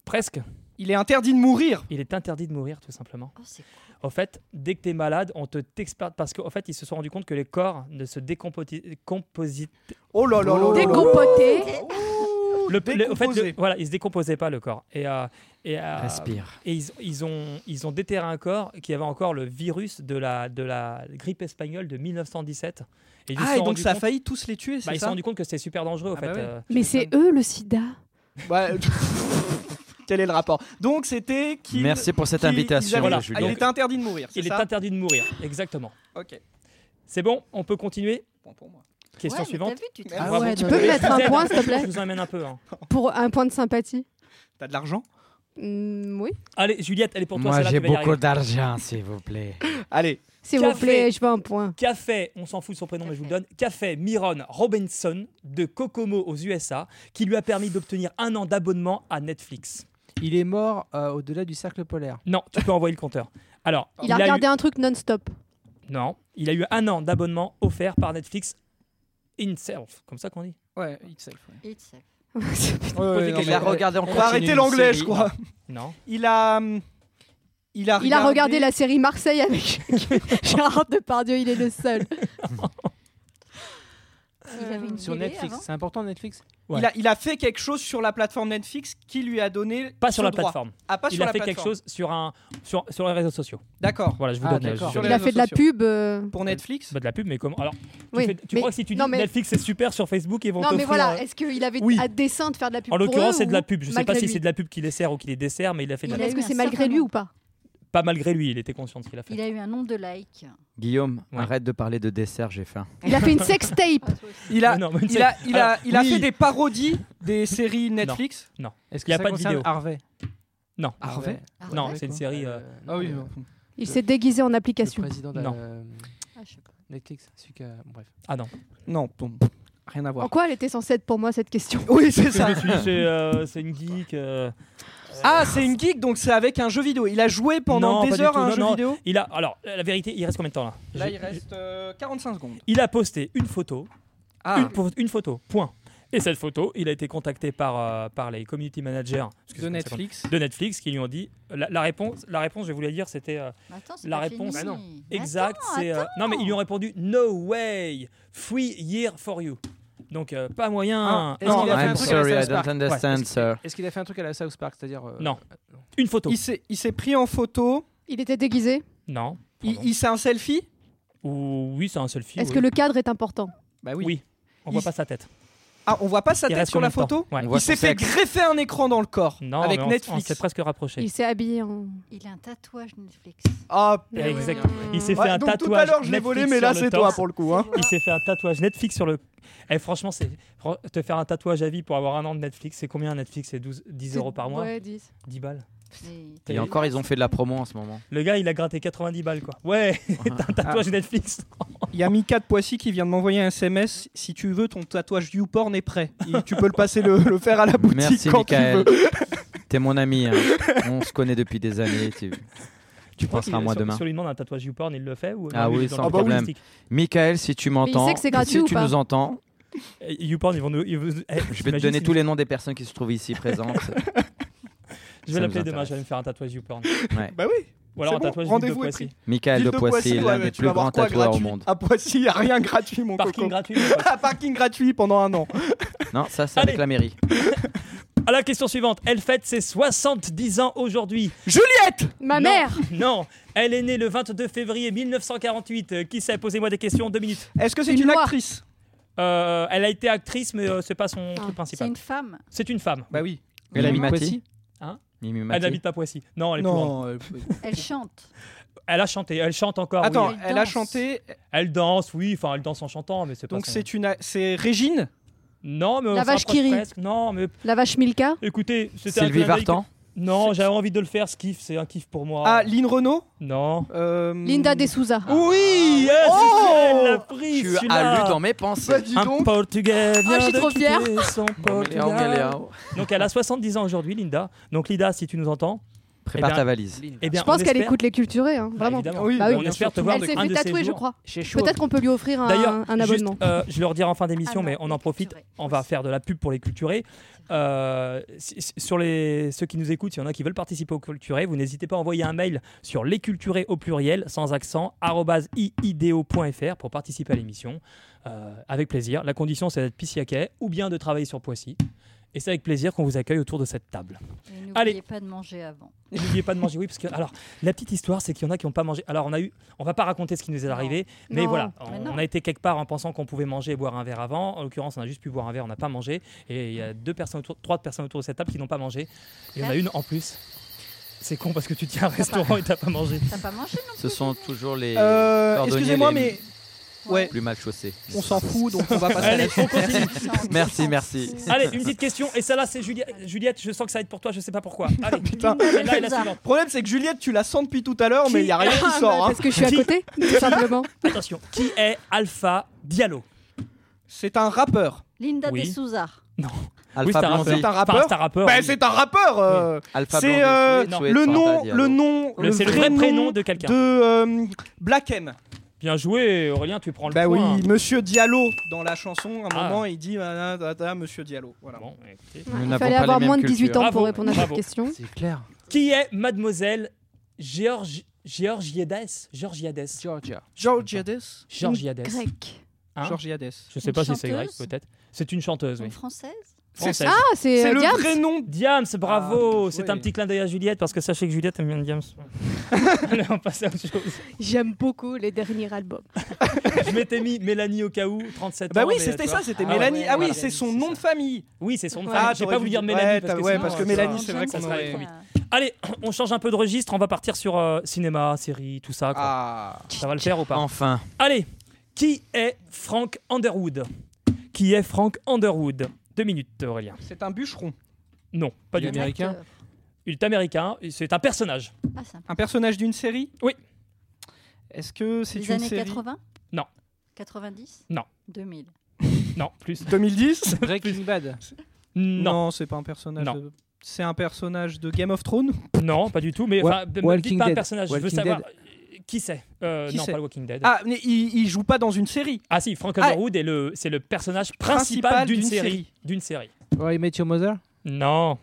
Presque. Il est interdit de mourir. Il est interdit de mourir, tout simplement. Oh, c'est cool. En fait, dès que tu es malade, on te t'experte parce qu'en fait, ils se sont rendus compte que les corps ne se décomposaient. Oh là là là là là. Décompoté. Le, le- en fait, décomposé. le- voilà, ils se décomposaient pas le corps. Et, euh, et, euh, Respire. et ils, ils ont, ils ont déterré un corps qui avait encore le virus de la, de la grippe espagnole de 1917. Et ils se Ah, sont et donc rendus ça a compte- failli tous les tuer, bah, c'est ils se sont ça rendus compte que c'était super dangereux, au Ah fait. bah ouais. euh, Mais c'est eux le sida. Ouais. <laughs> Quel est le rapport Donc c'était qui Merci pour cette qu'il- invitation, ils avaient- Julien. Ah, il était interdit de mourir, c'est Il est ça interdit de mourir, exactement. OK. C'est bon, on peut continuer Point pour moi. Question Ouais, mais suivante. T'as vu, tu te Ah rends ouais, compte. tu non, peux mais me je mettre vous un aide, point, hein, s'il te plaît Je vous emmène un peu. hein. Pour un point de sympathie. T'as de l'argent Hmm, oui. Allez, Juliette, elle est pour toi. celle-là, tu vas y arriver. d'argent, s'il vous plaît. Allez. S'il Café. vous plaît, je veux un point. Café, on s'en fout de son prénom, mais je vous le donne. Café Miron Robinson de Kokomo aux USA, qui lui a permis d'obtenir un an d'abonnement à Netflix. Il est mort euh, au-delà du cercle polaire. Non, tu peux envoyer le compteur. Alors, Il a regardé un truc non-stop. <laughs> eu... non, il a eu un an d'abonnement offert par Netflix himself, comme ça qu'on dit. Ouais, itself. Et tu sais, Posez Il a question. regardé en On va arrêter l'anglais, je crois. Non. Il a hum, il a Il a regardé la série Marseille avec <laughs> Gérard Depardieu, il est le seul. Il Euh, avait une Sur télé Netflix. avant. C'est important Netflix Ouais. Il, a, il a fait quelque chose sur la plateforme Netflix qui lui a donné. Pas sur ce la droit. plateforme. Ah, pas il sur a la fait quelque plateforme. chose sur, un, sur, sur les réseaux sociaux. D'accord. Voilà, je vous Ah, donne. d'accord. je- Sur les Il a fait de la réseaux sociaux. pub. euh, Pour Netflix Bah, de la pub, mais comment Alors, tu, oui. fais- tu Mais- crois que si tu dis non, mais- Netflix c'est super sur Facebook, ils vont Non, mais t'offrir. voilà, euh, est-ce qu'il avait oui. à dessein de faire de la pub En pour l'occurrence, eux c'est de la ou pub. Je sais malgré pas si lui c'est de la pub qui les sert ou qui les dessert, mais il a fait de Il la a Est-ce que eu un c'est malgré certain lui ou pas Pas malgré lui, il était conscient de ce qu'il a fait. Il a eu un nombre de likes. Guillaume, Ouais. arrête de parler de dessert, j'ai faim. Il a fait une sex tape. Ah, toi aussi. Il a, Mais non, mais c'est- il a, il a, Alors, il a oui. fait des parodies des séries Netflix. Est-ce Y que a ça pas de concerne vidéo. Harvey Non. Harvey Ah, Non, ouais. c'est une quoi série, Euh, Ah oui. euh, Il s'est déguisé en le application. président de Non. euh, Ah, je sais pas. Netflix. Celui qui a- Bref. Ah non. Non, bon, rien à En voir. quoi elle était censée être pour moi cette question Oui, c'est ça. Je suis- C'est euh, c'est une geek. euh, Ah, c'est une geek, donc c'est avec un jeu vidéo. Il a joué Non, pendant pas des du heures tout, à un non, jeu non. vidéo. Il a. Alors, la vérité, il reste combien de temps là Là, Je- il je- reste euh, 45 secondes. Il a posté une photo, Ah, une, pour- une photo, point. Et cette photo, il a été contacté par, euh, par les community managers de excusez-moi, Netflix. c'est comme- de Netflix qui lui ont dit la, la réponse. La réponse, je vais vous la dire, c'était euh, Mais attends, c'est La pas réponse- fini. Bah Mais exact. attends, C'est euh, non, mais ils lui ont répondu no way, free year for you. Donc euh, pas moyen. Ah, est-ce Non, qu'il a fait un I'm truc sorry, à la I South don't Park Ouais, understand, sir. Est-ce qu'il a fait un truc à la South Park C'est-à-dire. euh, Non. une photo. Il s'est- il s'est pris en photo. Il était déguisé. Non. Il, Pardon. il c'est un selfie Ou oui, c'est un selfie. Est-ce oui. que le cadre est important Bah oui. On voit il- pas sa tête. Ah, on voit pas sa Il tête reste sur la combien de temps photo Ouais. On voit Il s'est son fait sexe. greffer un écran dans le corps Non, avec mais on- On Netflix. s'est presque rapproché. Il s'est habillé en. Il a un tatouage Netflix. Ah, Ouais, exact. Mmh. Il s'est fait ouais, un donc tatouage. tout à l'heure je l'ai Netflix volé, mais sur là le c'est torse. toi pour le coup. Hein. Il s'est fait un tatouage Netflix sur le. Eh, franchement, c'est fran- te faire un tatouage à vie pour avoir un an de Netflix, c'est combien un Netflix C'est 12 10 euros par mois Ouais, 10. 10 balles Mais- Et encore, ils ont fait de la promo en ce moment. Le gars, il a gratté 90 balles, quoi. Ouais, <laughs> t'as Ah. un tatouage Netflix. Il y a Mika de Poissy qui vient de m'envoyer un SMS. Si tu veux, ton tatouage YouPorn est prêt. Il- tu peux le passer le, le faire à la boutique Merci, quand Michael. tu veux. <laughs> T'es mon ami. hein. On se connaît depuis des années. tu- <laughs> Tu penseras à moi sur, demain. Si on lui demande un tatouage YouPorn, il le fait ou euh, Ah non, lui, oui, il est dans sans le problème. plastique. Michael, si tu sait m'entends, que c'est gratuit si ou tu pas nous entends, Eh, YouPorn, ils vont nous. ils vont- eh, je vais te t'imagines donner si- tous les noms des personnes qui se trouvent ici présentes. <laughs> Je ça vais nous l'appeler demain, intéresse. je vais me faire un tatouage YouPorn. Ouais. Bah oui, Ou alors C'est un bon, tatouage de rendez-vous est Poissy. pris. Michael de Poissy, l'un des ouais, tu vas plus avoir grands quoi tatoueurs au gratuit monde. À Poissy, il n'y a rien gratuit, mon Parking coco. gratuit. mon pote. Ah, <laughs> parking gratuit pendant un an. Non, ça, c'est Allez. avec la mairie. À la question suivante, elle fête ses 70 ans aujourd'hui. Juliette Ma Non. mère Non, elle est née le 22 février 1948. Euh, Qui sait Posez-moi des questions, deux minutes. Est-ce que c'est Une une, loi. actrice Euh, elle a été actrice, mais euh, c'est pas son Ah, truc C'est principal. une femme. C'est une femme. Bah oui. Elle Mimi habite Mati Poissy Mimi Elle Mati. n'habite pas Poissy. Non, elle est plus grande. Non. euh, <laughs> Elle chante. Elle a chanté, elle chante encore. oui. Ah Attends, Elle elle a danse. chanté. Elle danse, oui, enfin elle danse en chantant, mais c'est pas Donc son- c'est une, a- c'est Régine. Non, mais on La se vache rapproche qui rit. presque. Non, mais La vache Milka écoutez, c'était un Sylvie clin d'œil Vartan. que- Non, j'avais envie de le faire, ce kiff, c'est un kiff pour moi. Ah, Lynn Renault. non. euh, Linda De Souza. Oui. Yes, elle l'a oh pris, Tu celui-là. as lu dans mes Bah, pensées. dis Un donc. portugais vient Ah, je suis de trop quitter son Portugal. Léon, Euh, Léon. Donc elle a 70 ans aujourd'hui, Linda. Donc Linda, si tu nous entends, Eh Prépare bien, ta valise. eh bien, Je pense on qu'elle espère- écoute les culturés, hein, Bah, vraiment. évidemment. Oui, Bah oui, on bien espère sûr. te voir Elle de s'est un fait de ces tatouer, je jours. crois. Chez Chaud. Peut-être qu'on peut lui offrir un, D'ailleurs, un juste, abonnement. euh, je leur dirai en fin d'émission, Ah non, mais on les en profite. culturés. On va faire de la pub pour les culturés. Euh, si- si- sur les, ceux qui nous écoutent, s'il y en a qui veulent participer aux culturés, vous n'hésitez pas à envoyer un mail sur lesculturés au pluriel, sans accent, arobase e iido.fr pour participer à l'émission. Euh, avec plaisir. La condition, c'est d'être pissiaquet ou bien de travailler sur Poissy. Et c'est avec plaisir qu'on vous accueille autour de cette table. Et Allez. N'oubliez pas de manger avant. Et N'oubliez pas de manger, oui, parce que alors la petite histoire, c'est qu'il y en a qui n'ont pas mangé. Alors on a eu, on va pas raconter ce qui nous est Non. arrivé, mais Non. voilà, Mais on, non. a été quelque part en pensant qu'on pouvait manger et boire un verre avant. En l'occurrence, on a juste pu boire un verre, on n'a pas mangé, et il y a deux personnes, autour, trois personnes autour de cette table qui n'ont pas mangé. Il y en a une en plus. C'est con parce que tu tiens un restaurant et t'as pas mangé. T'as <laughs> pas mangé non Ce sont toujours les Euh, cordonniers Excusez-moi, les mais ouais, plus mal chaussés. on s'en fout, donc on va passer. à la Allez, suite. on continue. Merci, merci. Allez, une petite question. Et ça là, c'est Juliette. Juliette, je sens que ça va être pour toi. Je sais pas pourquoi. Allez, Putain. Celle-là est la suivante. Le problème, c'est que Juliette, tu la sens depuis tout à l'heure, mais il n'y a rien Ah, <laughs> qui bah, sort. hein. Parce que je suis à côté, tout simplement. Attention. Qui est Alpha Diallo C'est un rappeur. Linda Oui. de Souza. Oui, c'est Alpha un rappeur. Blondie. C'est un Enfin, rappeur. c'est un rappeur. Bah, oui. c'est un rappeur. euh, Alpha C'est, Blondie, euh, Sweet, non. Sweet, Le nom, Fanta, le Diallo. nom, Le- c'est le vrai prénom de quelqu'un. de euh, Black M. Bien joué, Aurélien, tu prends le Bah point. oui, Monsieur Diallo dans la chanson, à un Ah. moment il dit ah, ah, ah, Monsieur Diallo. Voilà. Bon, écoutez. Nous Il n'avons fallait pas les avoir mêmes moins de 18 ans cultures. Bravo, pour répondre à cette bravo. question. C'est clair. Qui est mademoiselle Georgi- Georgiades Georgiades Georgia. Georgiades. Georgiades. Grec. Hein Georgiades. Je sais Une pas si c'est grec, chanteuse peut-être. C'est une chanteuse, Une oui. française Française. Ah, c'est C'est euh, le Diams vrai nom. Diams, bravo Ah, C'est ouais. un petit clin d'œil à Juliette, parce que sachez que Juliette aime bien <laughs> Diams. Allez, on passe à autre chose. J'aime beaucoup les derniers albums. Je m'étais mis Mélanie au cas où, 37 Bah ans. oui, mais, c'était tu vois. ça, c'était Ah, Mélanie. ouais, ah oui, voilà. c'est son c'est nom de famille. Oui, c'est son nom. Ah, J'ai t'aurais pas voulu dû- dire ouais, Mélanie. t'as- parce que ouais, sinon, parce que euh, Mélanie, ça- c'est vrai ça qu'on serait aurait- trop vite. euh, Allez, on change un peu de registre, on va partir sur euh, cinéma, série, tout ça. quoi. Ah. Ça va le faire ou pas Enfin. Allez, qui est Frank Underwood Qui est Frank Underwood Deux minutes, Aurélien. C'est un bûcheron. Non, pas Il du est tout. américain Il est américain, et c'est un personnage. Ah, c'est un peu- Un personnage d'une série Oui. Est-ce que c'est Les une années série 80 Non. 90 Non. 2000 Non, plus. 2010 <laughs> Breaking Bad. Non, Non, c'est pas un personnage. Non. de- C'est un personnage de Game of Thrones non, pas du tout. Mais Wa- enfin, de- me Walking dites pas un Dead. personnage, je veux Walking savoir. euh, Qui c'est Euh, Qui Non, c'est pas le Walking Dead. Ah, Ah, mais il, il joue pas dans une série. si, Frank Ah. Underwood est le, c'est le personnage principal Principal d'une d'une série. série. D'une série. Roy Met Your Mother Non.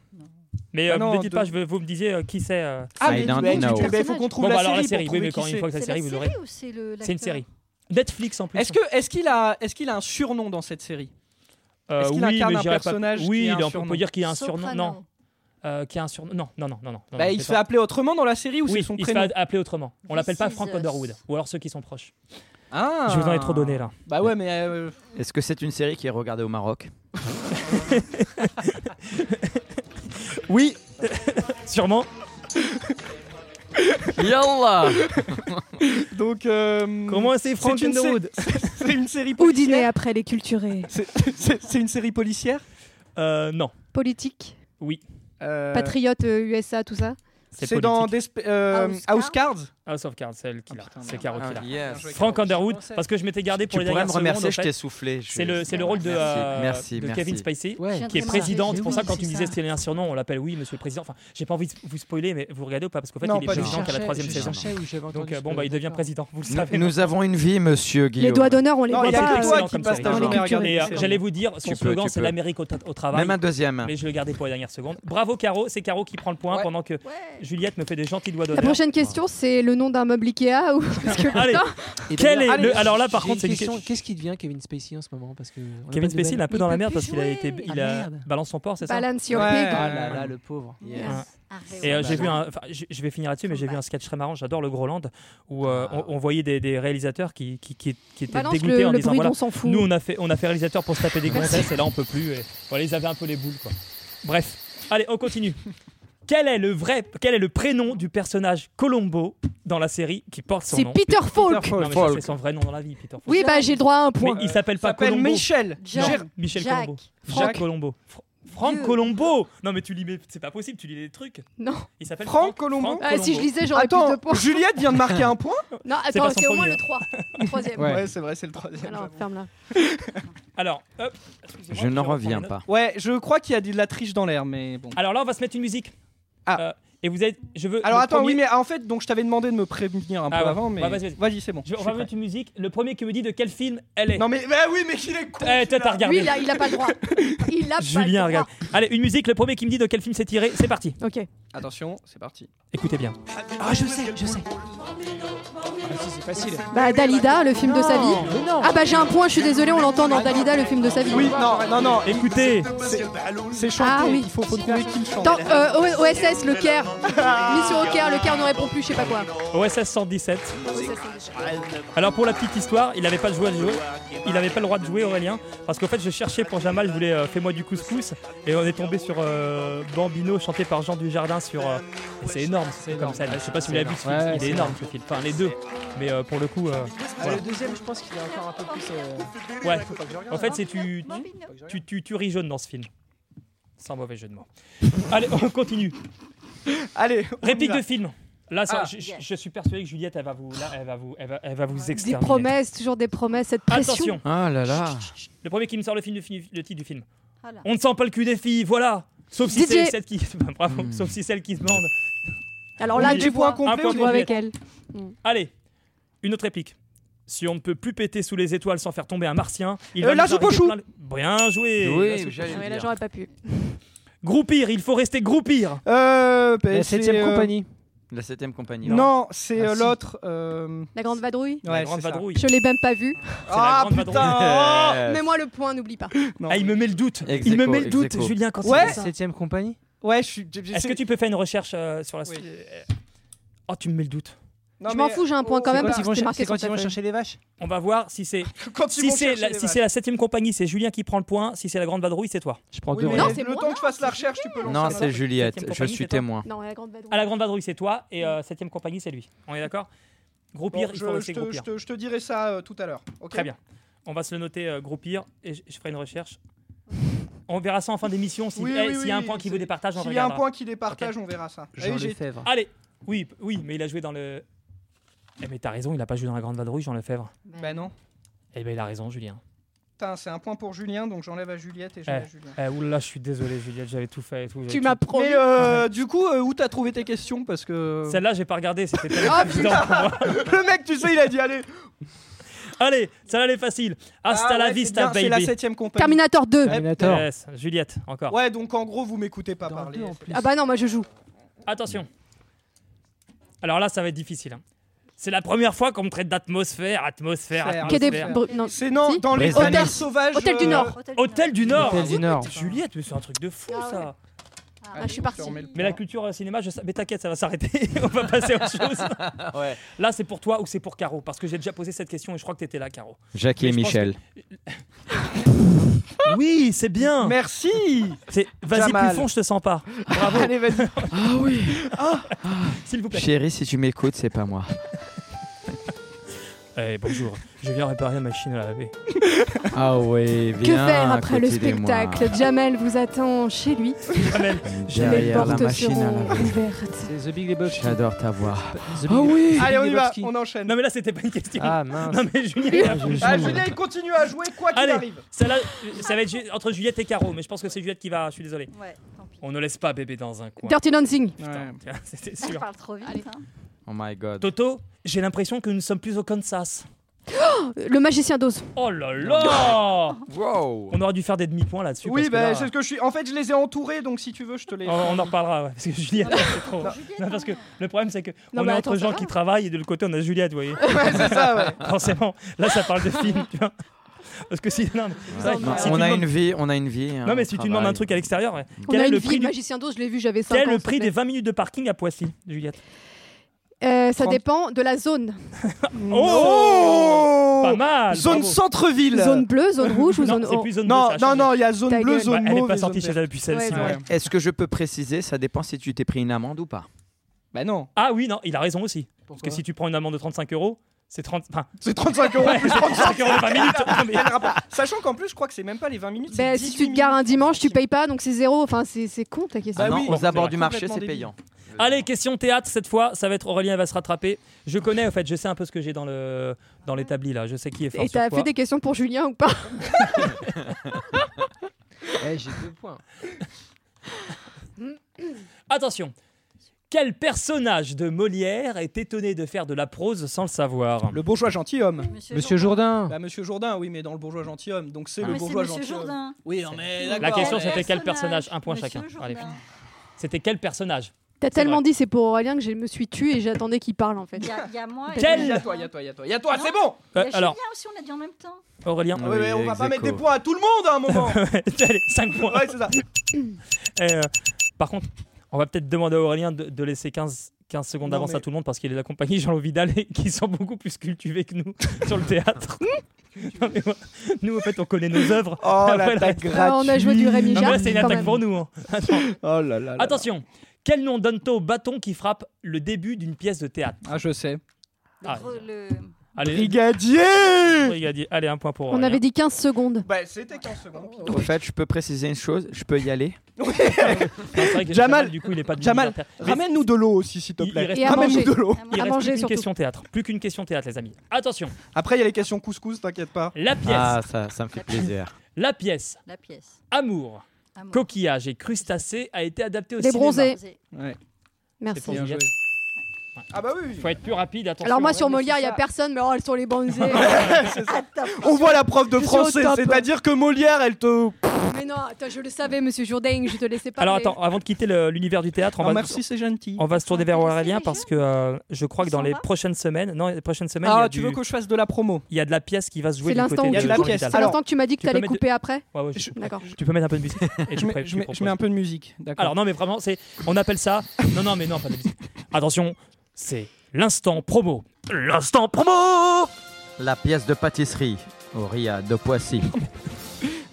Mais Ah euh, non, ne dites pas, de- je veux- vous me disiez euh, qui c'est. euh. Ah, I mais don't mais- know. mais il faut qu'on trouve Bon, la, bah, alors la série série, pour oui, trouver mais quand qui une c'est. fois que la C'est série, la vous série l'aurez. ou c'est le C'est une l'acteur série. Netflix en plus. Est-ce que est-ce qu'il a est-ce qu'il a un surnom dans cette série Euh, est-ce qu'il oui, incarne mais un j'irais pas- personnage qui Oui, a un il est- on surnom peut dire qu'il y a un surnom. Soprano. Non, euh, qu'il y a un surnom. Non, non, non, non, non. non, Bah, non, il c'est se fait pas- appeler autrement dans la série ou c'est Oui, son il se prénom fait appeler autrement. On l'appelle pas This is Frank us. Underwood, ou alors ceux qui sont proches. Ah. Je vous en ai trop donné là. Bah ouais, mais euh, Est-ce que c'est une série qui est regardée au Maroc Oui, <laughs> sûrement. Yallah donc euh, Comment c'est Frank une sé- <laughs> Underwood c'est une série Ou dîner policière après les culturés. C'est- C'est c'est une série policière Euh, non. Politique, Euh, patriote euh, USA, tout ça. C'est dans politique. Desp- euh, House House Cards. House of Cards, c'est elle qui l'a. Ah, putain, C'est merde. Caro qui l'a. Ah, yes. Bien joué. Frank Je Underwood, pensais- parce que je m'étais gardé pour Tu les pourrais dernières me secondes. remercier, en je fait. t'ai soufflé. je- C'est le, c'est le rôle de, Merci, euh, merci, de merci. Kevin Spacey, Je Ouais. viens de qui est remarquer. président. C'est pour Oui, ça, quand tu me ça. disais c'était un surnom, on l'appelle oui, monsieur le président. Enfin, j'ai pas envie de vous spoiler, mais vous regardez ou pas Parce qu'en fait, Non, il est pas du président tout. qu'à la troisième je saison. cherchais Donc, euh, bon, bah, il devient président, vous le savez. Nous avons une vie, monsieur Guillaume. Les doigts d'honneur, on les Non, voit il y a pas. que excellent euh, toi qui comme passes série. ta journée à Dans les regarder. Et, euh, des séries. J'allais vous dire, son Tu peux, slogan, tu c'est peux. l'Amérique au, au travail. Même un deuxième. Mais je l'ai gardé pour les dernières secondes. Bravo Caro, c'est Caro qui prend le point Ouais. pendant que Ouais. Juliette me fait des gentils doigts La d'honneur. prochaine question, c'est le nom d'un meuble Ikea ou <laughs> parce que Allez, putain, Et Quel d'ailleurs- est le- alors là, par j'ai contre, c'est une question. question. Qu'est-ce qui devient Kevin Spacey en ce moment Parce que on a Kevin pas de Spacey, il est nouvelles. un peu Il dans la peut merde plus parce qu'il a jouer. été, il Ah, a merde. balance son porc, c'est ça balance your Ouais. pig. Ah là là, le pauvre. Yes. Ah, Et euh, Arrête, j'ai vu, voilà. un, enfin, je je vais finir là-dessus, mais j'ai vu un Comeback. sketch très marrant. J'adore le Groland où euh, on, on voyait des, des réalisateurs qui, qui, qui, qui étaient Balance dégoûtés le, en le disant bruit, voilà, on s'en fout. nous on a fait, on a fait réalisateur pour se taper des Merci. gonzesses et là on peut plus. Et, voilà, ils avaient un peu les boules quoi. Bref, allez, on continue. Quel est le vrai, quel est le prénom du personnage Colombo dans la série qui porte son c'est nom Peter Falk. Non, mais ça, Falk. c'est son vrai nom dans la vie, Peter. Falk. Oui, bah j'ai le droit à un Mais point. il s'appelle pas s'appelle Colombo. Michel. Non, Jacques. Michel Jacques. Colombo. Franck. Jacques Colombo. Fr- Franck Dieu. Colombo. Non mais tu lis, mais c'est pas possible, tu lis les trucs. Non. Il s'appelle Franck Colombo. Franck Ah, si je lisais, j'aurais plus de Attends, points. Juliette vient de marquer <laughs> un point. <laughs> Non, C'est pas attends, son c'est au moins premier. le 3. Le troisième. Ouais. c'est vrai, c'est le troisième. Alors, j'avoue. ferme là. Alors, hop, excusez-moi, Je n'en reprends mes reviens notes. pas. Ouais, je crois qu'il y a de la triche dans l'air, mais bon. Alors là, on va se mettre une musique. Ah. Euh, et vous êtes, je veux. Alors le attends, premier- oui, mais en fait, donc je t'avais demandé de me prévenir un peu Ah ouais. avant, mais Ouais, vas-y, vas-y. c'est bon. Je vais- je on suis va prêt. mettre une musique. Le premier qui me dit de quel film elle est. Non mais bah oui, mais qu'il est con. Eh, toi, t'as regardé. Lui, il a, il a pas le droit. Il a pas le Julien, droit. regarde. Allez, une musique. Le premier qui me dit de quel film c'est tiré. C'est parti. Ok. Attention, c'est parti. Écoutez bien. Ah, je sais, je sais. Ah, c'est facile. Bah, Dalida, le film de sa vie. Mais non. Ah, bah j'ai un point, je suis désolé, on l'entend dans Dalida, le film de sa vie. Oui, non, non, non. Écoutez. C'est chanté. Ah oui. Il faut, faut trouver qui le chante. Attends, euh, O- OSS, le Caire. Mission au Caire, le Caire ne répond plus, je sais pas quoi. OSS 117. Alors pour la petite histoire, il n'avait pas le droit de jouer. Il n'avait pas le droit de jouer Aurélien parce qu'en fait je cherchais pour Jamal, je voulais euh, fais-moi du couscous et on est tombé sur euh, Bambino chanté par Jean Dujardin sur. euh, et c'est énorme, c'est comme ça. Je sais pas si vous l'avez vu, ce film, Ouais, il c'est est énorme ce film. Enfin les deux, mais euh, pour le coup, euh, Ah, Le deuxième, je pense qu'il est encore un peu plus. euh, ouais. faut pas que je regarde, En fait c'est tu, tu, tu, tu ris jaune dans ce film. Sans mauvais jeu de mots. <laughs> Allez, on continue. Allez. on y Réplique va. de film. Là, ça, Ah. je, je- je suis persuadé que Juliette, elle va vous, là, elle va vous, elle va, elle va vous Des exterminer. promesses, toujours des promesses, cette pression. Attention, Ah là là. le premier qui me sort le, film, du fi- le titre du film. Voilà. On ne sent pas le cul des filles, voilà. Sauf si DJ. c'est celle qui, <laughs> bravo. Hmm. Sauf si celle qui demande. Alors là, Oui, tu des points vois, complets Un ou point tu des- vois complet. avec elle. Allez, une autre réplique. Si on ne peut plus péter sous les étoiles sans faire tomber un martien, il Euh, va la nous soupe arrêter aux choux. plein de- Bien joué. La soupe- j'allais Ouais, le là, dire. j'aurais pas pu. Groupir, il faut rester groupir. Euh, bah, La c'est, septième euh, compagnie. La septième compagnie. Non, c'est Ah, euh, si. l'autre. euh, La grande vadrouille la Ouais, grande c'est ça. vadrouille. Je l'ai même pas vue. Ah grande <laughs> putain. <laughs> Euh, Mets-moi le point, n'oublie pas. Non. Ah, il me met le doute. Ex il me aequo, met le ex doute, aequo. Julien, quand il Ouais. fait La ça. septième compagnie. Ouais, je suis. Est-ce que tu peux faire une recherche euh, sur la. Oui. Oh, tu me mets le doute. je m'en fous, j'ai un point quand C'est même quand parce ils que vont, c'est cher- marqué c'est sur quand ils ta vont feuille. chercher les vaches. On va voir si c'est Quand ils si vont c'est chercher la, les si vaches. c'est la septième compagnie, c'est Julien qui prend le point. Si c'est la grande vadrouille, c'est toi. Je prends Oui, deux. mais Non, relais. c'est le moi, temps que je fasse c'est la recherche, tu peux lancer. Non, la c'est balle. Juliette. Septième Je compagnie, suis c'est toi. témoin. Non, la grande vadrouille. À Ah, la grande vadrouille, c'est toi. Et euh, septième compagnie, c'est lui. On est d'accord Groupir, Bon, il je- faut je rester te- je groupir. te- je te dirai ça euh, tout à l'heure. ok Très bien. On va se le noter euh, groupir et je, je ferai une recherche. On verra ça en fin d'émission. Si- eh, Oui, S'il oui, oui, y a un oui, point qui vous c'est- départage, on S'il y a un regardera. point qui les partage, on verra ça. Jean Et j'ai- Lefebvre. Allez Oui, p- oui, mais il a joué dans le. Eh, mais t'as raison, il a pas joué dans la grande vadrouille, Jean Lefebvre. Bah non. Eh ben, il a raison, Julien. Putain, c'est un point pour Julien, donc j'enlève à Juliette et j'ai à Julien. Eh, oula, je suis désolé, Juliette, j'avais tout fait et tout. j'avais Tu tout- m'as promis. Mais euh, du coup, euh, où t'as trouvé tes questions Parce que. Celle-là, j'ai pas regardé, <laughs> c'était tellement Euh, Ah évident pour moi. <laughs> Le mec, tu sais, il a dit allez. Allez, celle-là, elle est facile. Hasta la Ah ouais, c'est vista, bien, C'est la baby. septième compagnie. Terminator 2. Terminator. Yes, Juliette, encore. Ouais, donc en gros, vous m'écoutez pas Dans parler. deux, en plus. Ah bah non, moi je joue. Attention. Alors là, ça va être difficile. hein. C'est la première fois qu'on me traite d'atmosphère, atmosphère, Faire. Quai des atmosphère. Bru- non. C'est non, Si. dans les Brésil. années Hôtel- sauvages. Hôtel du euh, Nord. Hôtel du Nord. Hôtel du Nord. Juliette, mais c'est un truc de fou Ah ça. Ah, Ah, je suis tu partie. remets le Mais la point. culture euh, cinéma, je sais... mais t'inquiète, ça va s'arrêter. <laughs> On va passer à autre chose. Ouais. Là, c'est pour toi ou c'est pour Caro Parce que j'ai déjà posé cette question et je crois que t'étais là, Caro. Jackie Mais et je pense Michel. Oui, c'est bien. <laughs> Merci C'est... Vas-y, Jamal. plus fond, je te sens pas. Bravo. Allez, vas-y. S'il vous plaît. Chérie, si tu m'écoutes, c'est pas moi. Eh, bonjour. Je viens réparer la machine à laver. Ah ouais, Que faire après le spectacle Jamel vous attend chez lui. Jamel. Les Derrière la portes machine à seront laver. ouvertes. C'est The Big Lebowski. J'adore ta voix. The Big- Ah oui <laughs> Allez, on y va, Lebowski. on enchaîne. Non, mais là, c'était pas une question. Ah mince. Non, mais Julien. Ah, Julien, il continue à jouer quoi qu'il Allez. arrive. Celle-là, ça va être Ju- entre Juliette et Caro, mais je pense que c'est Juliette qui va. Je suis désolé. Ouais, tant pis. On ne laisse pas bébé dans un coin. Dirty Dancing. Putain, tiens, <laughs> C'était Je sûr. parle trop vite. Allez. hein. Oh my god. Toto, j'ai l'impression que nous ne sommes plus au Kansas. Le magicien d'Oz. Oh là là Wow On aurait dû faire des demi-points là-dessus. Oui, parce que bah, là- Oh. c'est ce que je suis. En fait, je les ai entourés, donc si tu veux, je te les. on, on en reparlera. ouais, parce que Juliette, c'est trop. Non, Juliette, parce que hein. le problème, c'est que Non, on mais est attends, entre ça gens va. qui travaillent et de l'autre côté, on a Juliette, vous voyez. <laughs> Ouais, c'est ça, ouais. Forcément, là, ça parle de film, tu vois. Parce que si. Non, mais, c'est vrai que Non, si on tu a demandes- une vie, on a une vie. hein, non, mais si tu demandes un truc à l'extérieur, ouais. On quel a est une le vie prix, de du... magicien d'Oz, je l'ai vu, j'avais 5 quel est ans. le ça prix plaît. des 20 minutes de parking à Poissy, Juliette Euh, Ça Trente- dépend de la zone. <laughs> Oh Pas mal Zone bravo. centre-ville. Zone bleue, zone rouge ou Non, zone c'est orange plus zone Non, bleue, ça a non, changé. non, il y a zone Ta bleue, gueule. Ouais, zone elle n'est mauve. pas et sortie zone chez elle depuis celle-ci. Ouais, ouais. verte. Ouais. Est-ce que je peux préciser, ça dépend si tu t'es pris une amende ou pas Bah non, Ah oui, non, il a raison aussi. Parce que Pourquoi si tu prends une amende de 35 euros, c'est 30. Enfin, <laughs> c'est 35 euros plus 35 35 euros par minute. Non, mais- Quel rapport Sachant qu'en plus, je crois que c'est même pas les 20 minutes. Ben, c'est si 18 tu te gares un minutes. dimanche, tu payes pas, donc c'est zéro. Enfin, c'est c'est con ta Ah, question. Bah Ah Non, oui. aux c'est vrai. abords du marché, Complètement c'est débile. payant. Allez, question théâtre cette fois. Ça va être Aurélien, elle va se rattraper. Je connais, en fait, je sais un peu ce que j'ai dans le dans l'établi là. Je sais qui est fort Et sur t'as quoi. fait des questions pour Julien ou pas Eh, J'ai deux points. Attention. Quel personnage de Molière est étonné de faire de la prose sans le savoir Le bourgeois gentilhomme. Monsieur Jourdain. Bah, monsieur Jourdain, oui, mais dans le bourgeois gentilhomme. Donc c'est Ah, le mais c'est bourgeois Monsieur gentilhomme. Jourdain. Oui, non, mais La d'accord. question mais- c'était quel personnage Un point Monsieur chacun. Jourdain. Allez. C'était quel personnage T'as tellement dit c'est pour Aurélien que je me suis tue et j'attendais qu'il parle en fait. Il y, a- il y a moi. et Quel- il y Y'a a toi, y'a Julien. toi, y'a toi, y'a toi, Non. c'est bon Il y a Euh, Alors Julien aussi, on a dit en même temps. Aurélien. Ouais, ouais, on va pas ex mettre aequo. des points à tout le monde hein, à un moment <laughs> Allez, 5 points. Ouais, <laughs> c'est ça. Euh, par contre, on va peut-être demander à Aurélien de, de laisser 15, 15 secondes Non, d'avance mais- à tout le monde parce qu'il est accompagné de Jean-Loup Vidal et- qui sont beaucoup plus cultivés que nous <laughs> sur le <laughs> théâtre. Non, mais moi, nous, en fait, on connaît nos œuvres. Oh, Après, l'attaque Ah, on a joué du Rémi Non, mais là, Jacques, c'est une quand attaque même. pour nous. hein. Attends. Oh là là. Attention. Quel nom donne-t-on au bâton qui frappe le début d'une pièce de théâtre Ah, je sais. Le, Ah. gre- le- Allez, Brigadier brigadier. Allez, un point pour On Aurélien. avait dit 15 secondes. Bah, c'était 15 secondes. Au fait, je peux préciser une chose, je peux y aller Non, c'est vrai que Jamal. du coup, il est pas du Jamal. militaire. Mais Ramène-nous de l'eau aussi, s'il te Il- il plaît. reste- Et à Ramène-nous manger. <laughs> de l'eau. à Oh, Il moi. reste manger, plus qu'une surtout. question théâtre. Plus qu'une question théâtre, les amis. Attention. Après, il y a les questions couscous, t'inquiète pas. La pièce. Ah, ça, ça me fait plaisir. La pièce. La pièce. Amour. Amour. coquillage et crustacés a été adapté au Les cinéma. bronzés. C'est Ouais. Merci. pour Juliette. Ah bah oui. Faut être plus rapide, attention. Alors moi sur Ouais, mais Molière, c'est il y a ça. personne, mais oh, elles sont <laughs> les Oh, bronzés. <laughs> On voit la prof de Je suis au français, top. c'est-à-dire que Molière, elle te. mais non, attends, je le savais, monsieur Jourdain, je te laissais pas. Alors attends, avant de quitter le- l'univers du théâtre, on va, Ah, c'est gentil. on va se tourner vers Ah, Merci, Aurélien Régis. parce que euh, je crois que Ils dans s'en les va prochaines semaines, non, les prochaines semaines, il, y Ah, a tu du- veux que je fasse de la promo il y a de la pièce qui va se jouer C'est du côté l'instant de où tu- Il y a de la Jean-Vidal. C'est pièce. Alors, l'instant que tu m'as dit que tu peux t'allais mettre- couper après Ouais, ouais, je- Je- D'accord. Tu peux mettre un peu de musique et <laughs> je tu, mets, pré- je tu mets- je proposes. mets un peu de musique, d'accord. Alors non, mais vraiment, c'est on appelle ça. Non, non, mais non, pas de musique. Attention, c'est l'instant promo. L'instant promo. La pièce de pâtisserie au Ria de Poissy.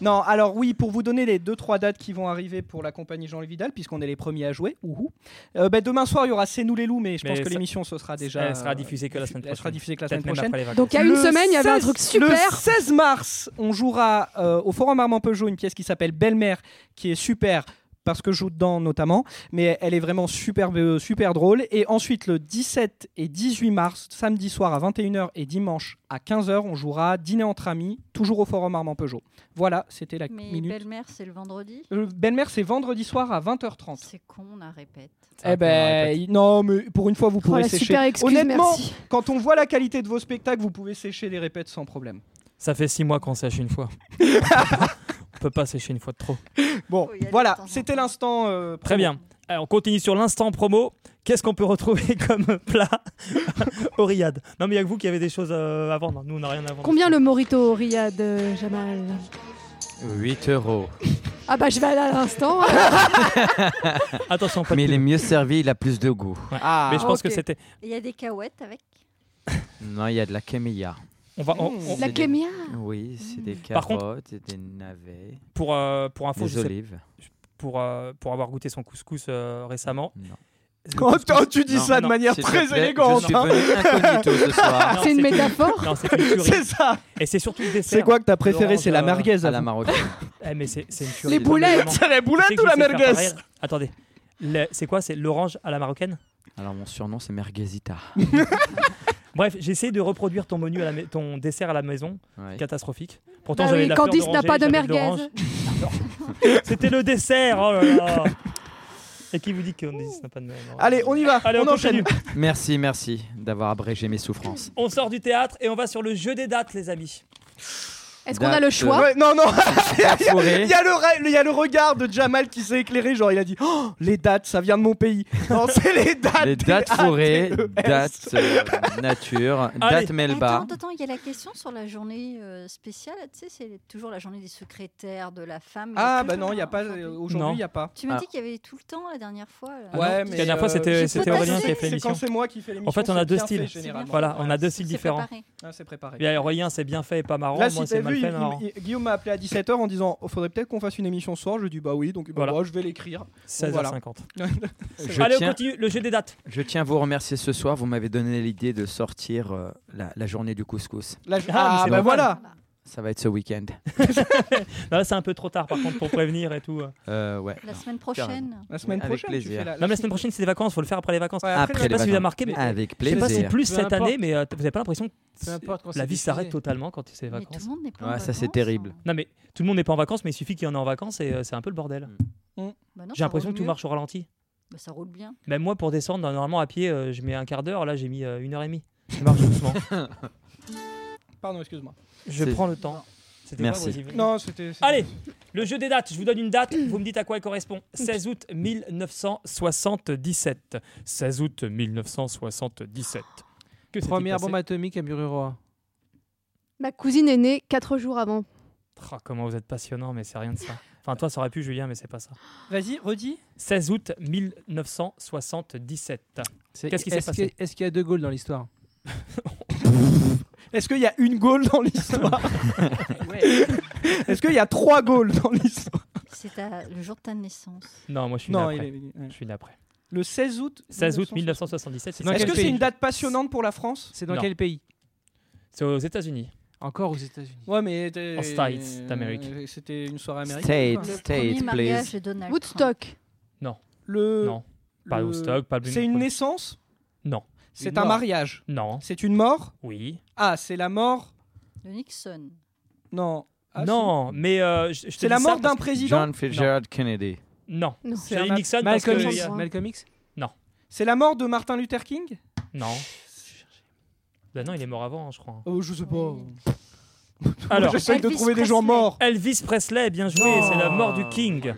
Non, alors oui, pour vous donner les 2-3 dates qui vont arriver pour la compagnie Jean-Louis Vidal, puisqu'on est les premiers à jouer, ouhou. Euh, bah, demain soir, il y aura C'est nous les loups, mais je Mais pense que ça- l'émission, ce sera déjà. euh, Elle sera diffusée que la semaine Elle sera prochaine. diffusée que la semaine Peut-être même prochaine. après les vacances. Donc il y a une Le semaine, il y avait un 16 truc super. Le 16 mars, on jouera euh, au Forum Armand Peugeot une pièce qui s'appelle Belle-Mère, qui est super parce que je joue dedans notamment, mais elle est vraiment super, euh, super drôle. Et ensuite, le 17 et 18 mars, samedi soir à 21h et dimanche à 15h, on jouera Dîner entre amis, toujours au Forum Armand Peugeot. Voilà, c'était la Mais minute. belle-mère, c'est le vendredi Euh, Belle-mère, c'est vendredi soir à 20h30. C'est con, on la répète. Eh ben, il- non, mais pour une fois, vous Oh, pourrez la sécher. super excuse, Honnêtement, merci. quand on voit la qualité de vos spectacles, vous pouvez sécher les répètes sans problème. Ça fait six mois qu'on sèche une <laughs> fois. on peut pas sécher une fois de trop. Bon, Faut y aller de voilà, temps en c'était temps. l'instant. euh, Très bien. Alors, on continue sur l'instant promo. Qu'est-ce qu'on peut retrouver <laughs> comme plat au Riyad Non, mais il y a que vous qui avez des choses euh, à vendre. Nous, on n'a rien à vendre. Combien le Morito Riyad euh, Jamal 8 euros. Ah bah je vais aller à l'instant. Ah, Attention, pas de Mais il pub. est mieux servi, il a plus de goût. Ah, Mais je pense ok. que c'était. Et Il y a des cahuètes avec. Non, il y a de la camilla. On va. on- on- La des- Clémia. Oui, c'est des Par contre- carottes, et des navets, pour euh, pour info, je des sais- olives. pour euh, pour avoir goûté son couscous euh, récemment. Non. Le <laughs> <laughs> Oh, couscous- putain, tu dis Non, ça de non, manière S'il te très plaît, élégante. Je suis hein. venu incognito ce soir. Non, Ah, C'est une c'est- métaphore Non, c'est une tuerie. <laughs> C'est ça. Et c'est surtout le dessert. C'est quoi que t'as préféré L'orange, C'est la euh, merguez. à à la vous. marocaine. Eh, mais c'est c'est une tuerie. Les boulettes Vraiment. C'est la Je sais boulette que ou je la sais faire merguez pareil. Attendez. Le- C'est quoi C'est l'orange à la marocaine Alors mon surnom c'est Merguezita. Bref, j'ai essayé de reproduire ton menu, à la mai- ton dessert à la maison. Ouais. Catastrophique. Pourtant, Bah j'avais oui, de la Candice fleur n'a pas de d'oranger, j'avais merguez. l'orange. C'était le dessert. Oh là <laughs> là. Et qui vous dit que Candice n'a pas de merguez oh Allez, on y va. Allez, on, on enchaîne. continue. Merci, merci d'avoir abrégé mes souffrances. On sort du théâtre et on va sur le jeu des dates, les amis. Est-ce qu'on a le Date, choix Ouais, non, non. Il Fourré. y, a le re- il y a le regard de Jamal qui s'est éclairé, genre il a dit Oh, les dates, ça vient de mon pays. <laughs> Non, c'est les dates. Les dates forêts, D-A-T-E-S. dates euh, nature, Allez. dates Melba. Attends, attends, il y a la question sur la journée euh, spéciale. là, Tu sais, c'est toujours la journée des secrétaires, de la femme. Ah, tout bah le non, temps, il y a pas aujourd'hui. aujourd'hui, il y a pas. Tu m'as Ah. dit qu'il y avait tout le temps la dernière fois. là. Ah Ouais, non, mais, la dernière fois, euh, c'était j'ai c'était pas Aurélien qui passé. avait fait C'est C'est l'émission. quand c'est moi qui fais l'émission. En fait, on a c'est deux bien styles. fait, C'est généralement. bien. Voilà, on a deux C'est styles différents. préparé. Ah, c'est préparé. Et Aurélien, c'est bien fait et pas marrant. Là, si Moi, t'as c'est mal vu, fait il- marrant. il- Guillaume m'a appelé à 17h en disant oh, Faudrait peut-être qu'on fasse une émission ce soir. Je lui ai dit Bah oui, donc bah, Voilà. moi, je vais l'écrire. <laughs> Ah, 16h50. Ah, Je Allez, on tiens, continue. Le jeu des dates. je tiens à vous remercier ce soir. Vous m'avez donné l'idée de sortir euh, la, la journée du couscous. Là, je- Ah, mais Ah, c'est bah normal. voilà Ça va être ce week-end. Non, Bah Là, c'est un peu trop tard, par contre, pour prévenir et <laughs> tout. Euh, ouais. La semaine prochaine. La semaine Oui, avec prochaine, tu plaisir. fais la. Non, mais la semaine prochaine, c'est les vacances. Faut le faire après les vacances. Ouais, Je Après sais les pas si vous avez vacances. remarqué, mais Avec je sais plaisir. pas si plus Peu cette importe. année, mais euh, t- vous avez pas l'impression que Peu importe quand la c'est vie s'arrête diffusé. totalement quand c'est les Mais tout vacances le monde n'est pas en Ouais, ça, c'est vacances. hein. terrible. Non, mais tout le monde n'est pas en vacances, mais il suffit qu'il y en ait en vacances et euh, c'est un peu le bordel. Bah non, J'ai ça l'impression roule que tout mieux. marche au ralenti. Bah, ça roule bien. Même moi, pour descendre, normalement à pied, euh, je mets un quart d'heure. Là, j'ai mis euh, une heure et demie. Je marche doucement. Pardon, excuse-moi. Je <laughs> C'est- prends le temps. C'était Merci. quoi, vos ivres Non, c'était. c'était- Allez, le jeu des dates, je vous donne une date, vous me dites à quoi elle <laughs> correspond. 16 août 1977. 16 août 1977. Que s'est-il Première passé bombe atomique à Mururoa. Ma cousine est née 4 jours avant. Oh, Comment vous êtes passionnant, mais c'est rien de ça. Enfin, toi, ça aurait pu, Julien, mais c'est pas ça. Vas-y, redis. 16 août 1977. C'est- Qu'est-ce qui s'est est-ce passé qu'il- Est-ce qu'il y a deux Gaulle dans l'histoire Est-ce qu'il y a une Gaule <laughs> dans l'histoire Est-ce qu'il y a trois Gaules dans l'histoire C'est ta- le jour de ta naissance. Non, moi, je suis Non, né il après. est- ouais. Je suis né après. Le 16 août. 16 août 1977, c'est Dans Est-ce quel que pays c'est une date passionnante pour la France C'est dans Non. quel pays C'est aux États-Unis. Encore aux États-Unis. Ouais, mais. t'es- Aux States d'Amérique. euh, C'était une soirée States, américaine. quoi. Premier States, mariage please. de Donald Trump. Woodstock. Le. Non, pas le- Woodstock, pas C'est une Bloomington. naissance Non. C'est Une un mort. mariage Non, C'est une mort oui. Ah, c'est la mort de Nixon. Non. Ah, non, mais euh, je, je si. te C'est la dis ça mort d'un parce que- président John Fitzgerald Kennedy. Non. Non. J'ai un dit ap- Nixon parce Malcolm, que- X. y a- Malcolm X C'est la mort de Martin Luther King Non. Bah non, il est mort avant, hein, je crois. Oh, je sais pas. Oui. <laughs> Alors, J'essaye de Elvis trouver des gens Presley. <laughs> morts. Elvis Presley, bien joué, Non. c'est la mort du King.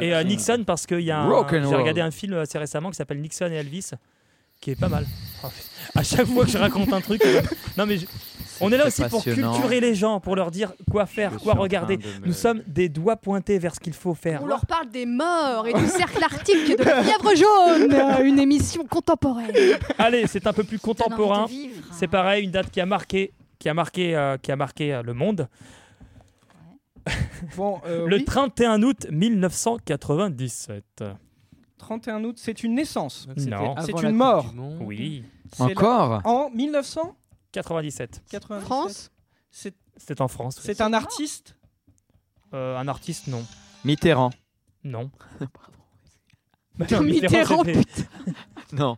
Et euh, Nixon, parce qu'il y a un... Rock and J'ai roll. regardé un film assez récemment qui s'appelle Nixon et Elvis, qui est pas mal. Oh, à chaque fois que je raconte un truc... euh, Non mais je- on est là aussi très pour passionnant. culturer les gens, pour leur dire quoi faire, Je suis quoi en train regarder. de me- Nous sommes des doigts pointés vers ce qu'il faut faire. On leur parle des morts et du cercle arctique de la fièvre jaune. <laughs> Une émission contemporaine. Allez, c'est un peu plus Ça donne envie de contemporain. vivre. C'est pareil, une date qui a marqué, qui a marqué, euh, qui a marqué euh, le monde. Bon, euh, le oui, 31 août 1997. 31 août, c'est une naissance. Donc c'était Non. avant C'est la une Coupe du mort. Monde. Oui. C'est Encore la- En 1980. 97. France. C'est C'était en France. oui. c'est un artiste Euh, un artiste, non. Mitterrand. Non. <laughs> Bah, Putain, Mitterrand, c'était- <laughs> Non.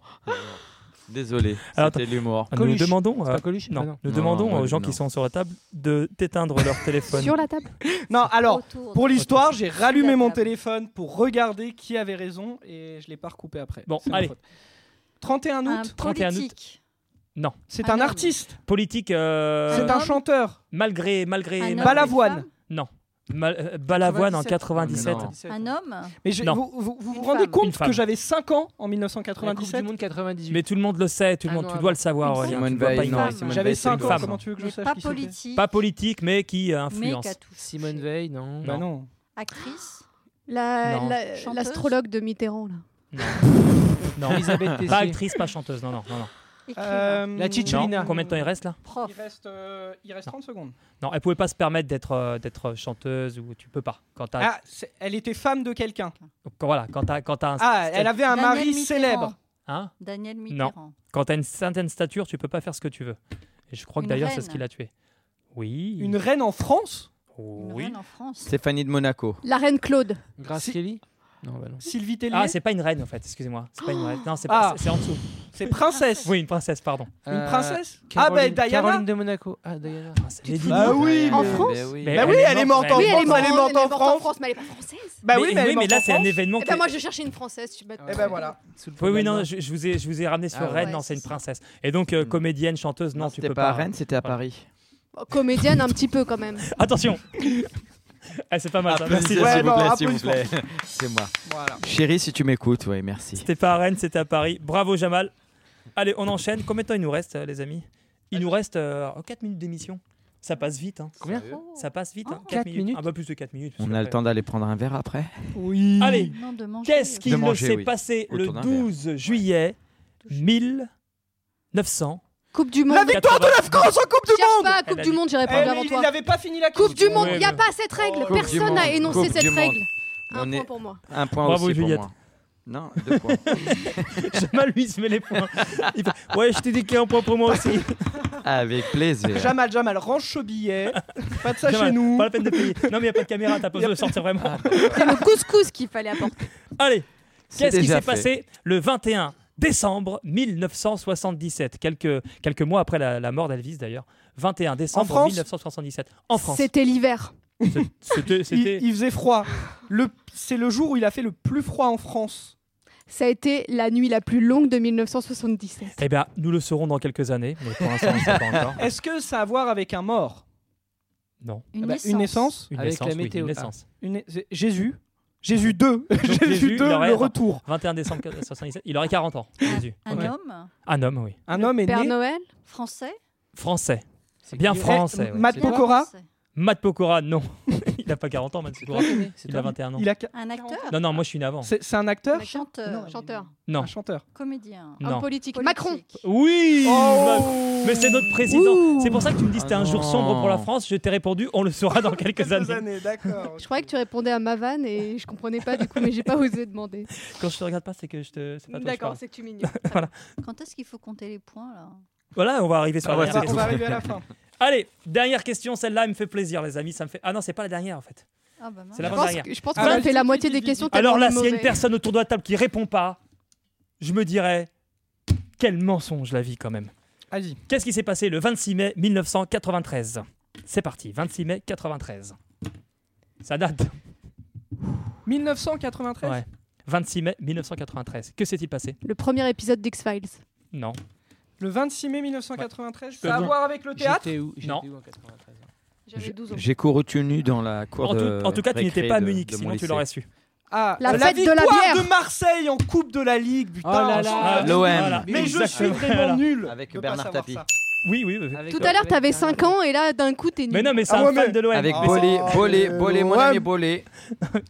Désolé. Alors, C'était l'humour. Ah, Nous Coluche. demandons, C'est euh, pas Coluche non, Ah non. nous Non, demandons non, aux gens non. qui sont sur la table de d'éteindre leur téléphone. Sur la table Non, alors, Autour. pour l'histoire, Ok. j'ai rallumé mon téléphone pour regarder qui avait raison et je l'ai pas recoupé après. Bon, C'est ma allez. faute. 31 Un août, 31 août. politique. c'est Un un homme. artiste, Politique, euh, c'est Un un homme. chanteur, malgré malgré Un homme, malgré- Balavoine. une femme, mal- euh, Balavoine en 97. Non. Un homme. Mais je- Non. vous vous, vous vous Une rendez femme. Une compte femme. que j'avais 5 ans en La Coupe du 1997 Monde 98. Mais tout le monde le sait, tout le Ah monde, non, tu ah dois non. le savoir, Une Aurélien. femme. hein. tu Simone dois pas Veil, non. ignorer. Simone J'avais 5 ans, femme. comment tu veux que je Mais sache pas qui c'était politique. Pas politique, mais qui euh, mais influence. qui a tout. Simone touché. Veil, non. Bah non. Actrice. La- Non. la- Chanteuse L'astrologue de Mitterrand, là. Non, Elisabeth Tessier. pas actrice, pas chanteuse, non, non, non. non. Euh, Écrivain. La Non, Titulina. Combien de temps il reste là Prof. Il reste, euh, il reste Non. 30 secondes. Non, elle pouvait pas se permettre d'être euh, d'être chanteuse ou tu peux pas. Quand t'as Ah, c'est- elle était femme de quelqu'un. quand- voilà, quand t'as quand t'as un- Ah, elle avait un Daniel mari Mitterrand. célèbre. hein Daniel Mitterrand. quand t'as une certaine stature, tu peux pas faire ce que tu veux. Et je crois que Une d'ailleurs reine. c'est ce qui l'a tué. Oui. Une reine en France Une Oui. reine en France. Stéphanie de Monaco. La reine Claude. Grace Si- Kelly Non, bah non. Sylvie Tellier Ah, c'est pas une reine en fait, excusez-moi. C'est pas Oh. une reine. Non, c'est pas- Ah. c'est- c'est en dessous. C'est princesse. Oui, une princesse, pardon. Une Euh, princesse Caroline, Ah, ben Diana Caroline de Monaco. Ah, Diana. Ah, c'est Lady Bah Di. oui, En mais- France Mais oui. Mais Bah oui, elle est morte en Oui, elle est France, morte, elle est morte en en France. France, mais elle est pas française. Bah mais- oui, mais elle est mais morte là en c'est un France. événement. Eh qui- ben moi, je cherchais une française. Je Eh ben voilà. Sous le Oui, oui, bandeau. non, je, je vous ai, je vous ai ramené sur Ah, Rennes, ouais, non, c'est une c'est ça. princesse. Et donc, euh, comédienne, chanteuse, non, tu Hmm. C'était peux pas pas. à Rennes, c'était à Voilà. Paris. Oh, Comédienne, un petit peu quand même. <laughs> Attention Ah, C'est pas mal, ça. merci. Applaudissez, Ouais, s'il vous non, plaît, s'il vous plaît. applaudissements. C'est moi. Voilà. Chérie, si tu m'écoutes, oui, merci. C'était pas à Rennes, c'était à Paris. Bravo, Jamal. Allez, on enchaîne. Combien de temps il nous reste, euh, les amis Il nous reste 4 minutes d'émission. Ça passe vite. Hein. Combien Oh. Ça passe vite. Hein. Oh. 4 Quatre minutes. minutes Un peu plus de 4 minutes. parce On que a le après- temps d'aller prendre un verre après Oui. Allez, Non, de manger. qu'est-ce De qu'il ne manger, s'est oui. passé Autour le d'un verre. 12 juillet 1900 Coupe du La Monde. victoire de la France en Coupe du Cherche Monde pas, Coupe Elle a du dit- Monde, j'ai Eh, répondu mais avant il- toi. Il n'avait pas fini la Coupe. Coupe du Monde, Ouais, il n'y a mais- pas cette règle. Coupe du Personne n'a Monde, énoncé Coupe cette du Monde. règle. Un On point est- pour moi. Un point Bravo, aussi Juliette. pour moi. Non, deux points. <laughs> Jamal lui se met les points. Il fait, ouais, je t'ai dit qu'il y a un point pour moi aussi. <laughs> Avec plaisir. Jamal, Jamal, range ce <laughs> billet. Pas de ça euh, Jamal, chez nous. Pas la peine de payer. Non, mais il n'y a pas de caméra, t'as pas <laughs> besoin de sortir vraiment. Ah, C'est le couscous qu'il fallait apporter. Allez, bah. C'est Qu'est-ce qui déjà s'est fait. passé le 21 décembre 1977, quelques, quelques mois après la, la mort d'Elvis d'ailleurs 21 décembre France 1977, en France. C'était l'hiver. C'était- Il, c'était- il faisait froid. Le- C'est le jour où il a fait le plus froid en France. Ça a été la nuit la plus longue de 1977. Eh bien, nous le saurons dans quelques années, mais pour l'instant, on ne sait pas encore. Est-ce que ça a à voir avec un mort Non, Une Ah bah, naissance. Une naissance Ah, une Avec naissance, la oui, une météo. naissance. Une- c'est- Jésus Jésus 2. Jésus, <laughs> Jésus 2, il aurait- le retour. 21 décembre 1977, il aurait 40 ans, Jésus. Un Ok. homme Un homme, oui. Un homme est Père né. Noël français. Français. C'est Bien qui franc. Eh, Français, ouais. Matt C'est Pokora. Français. Matt Pokora, non. <laughs> il n'a pas 40 ans, Matt C'est Pokora. toi qui es né, c'est Il a toi. 21 ans. Il a... ca- Un acteur. Non, non, moi je suis né avant. C'est c'est un acteur Un euh, chanteur. Non. Chanteur. Non. Un chanteur. Comédien. Non. Homme politique. Politique. Macron. Oui Matt- Oh Mais c'est notre président. Ouh. C'est pour ça que tu me dis c'était Ah un jour non. sombre pour la France. Je t'ai répondu, on le saura <laughs> dans quelques années. d'accord. Je croyais que tu répondais à ma vanne et je comprenais pas du coup, mais j'ai pas osé demander. Quand je te regarde pas, c'est que je te. C'est pas toi que je D'accord, parle. c'est que tu m'ignores. Quand est-ce qu'il faut compter les points là Voilà, on va arriver sur Ah la ouais, On dernière c'est va, on question. va arriver à la fin. Allez, dernière question. Celle-là, elle me fait plaisir, les amis. Ça me fait. Ah non, c'est pas la dernière en fait. Ah bah mince. C'est Je la pense, dernière. que- je pense Ah qu'on a bah, fait la si, moitié si, des si, questions. Alors là, tellement s'il y a une mauvais. personne autour de la table qui répond pas, je me dirais quel mensonge la vie quand même. Vas-y. Qu'est-ce qui s'est passé le 26 mai 1993 C'est parti, 26 mai 93. Ça date. 1993. Ouais. 26 mai 1993. Que s'est-il passé Le premier épisode d'X-Files. Non. Le 26 mai 1993. peux Ça a à vous- voir avec le théâtre J'étais où J'étais Non. où en 93 J'avais 12 ans. J'ai couru tout nu dans la cour En tout, de en tout cas, tu récré n'étais pas à de- Munich, de mon sinon tu lycée. l'aurais su. Ah, La fête de victoire la bière. de Marseille en Coupe de la Ligue. Putain. Oh là là. je suis- L'OM. Mais je suis Exactement. vraiment nul. Avec de pas Bernard savoir Tapie. ça. Oui, oui, oui. Avec- Tout à l'heure, avec t'avais Bernard 5 ans et là, d'un coup, t'es nul. Mais non, mais c'est Ah un ouais, fan mais- de l'OM. Avec Ah, Bolé, mais Bolé, le Ah, Bolé, mon OM. ami Bolé.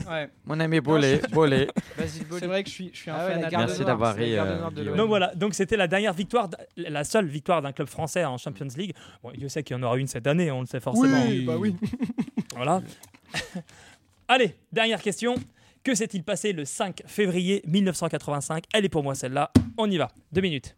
Ouais. Mon ami Bolé, Bolé. Basile C'est Boli. vrai que je suis, je suis un Ah ouais, fan la à garde Merci noire, d'avoir c'est la ri, garde euh, noire de Guillaume. l'OM. Donc voilà, donc c'était la dernière victoire, d- la seule victoire d'un club français en Champions League. Bon, Dieu sait qu'il y en aura une cette année, on le sait forcément. Oui, <laughs> bah oui. Voilà. <laughs> Allez, dernière question. Que s'est-il passé le 5 février 1985 Elle est pour moi celle-là. On y va. Deux minutes.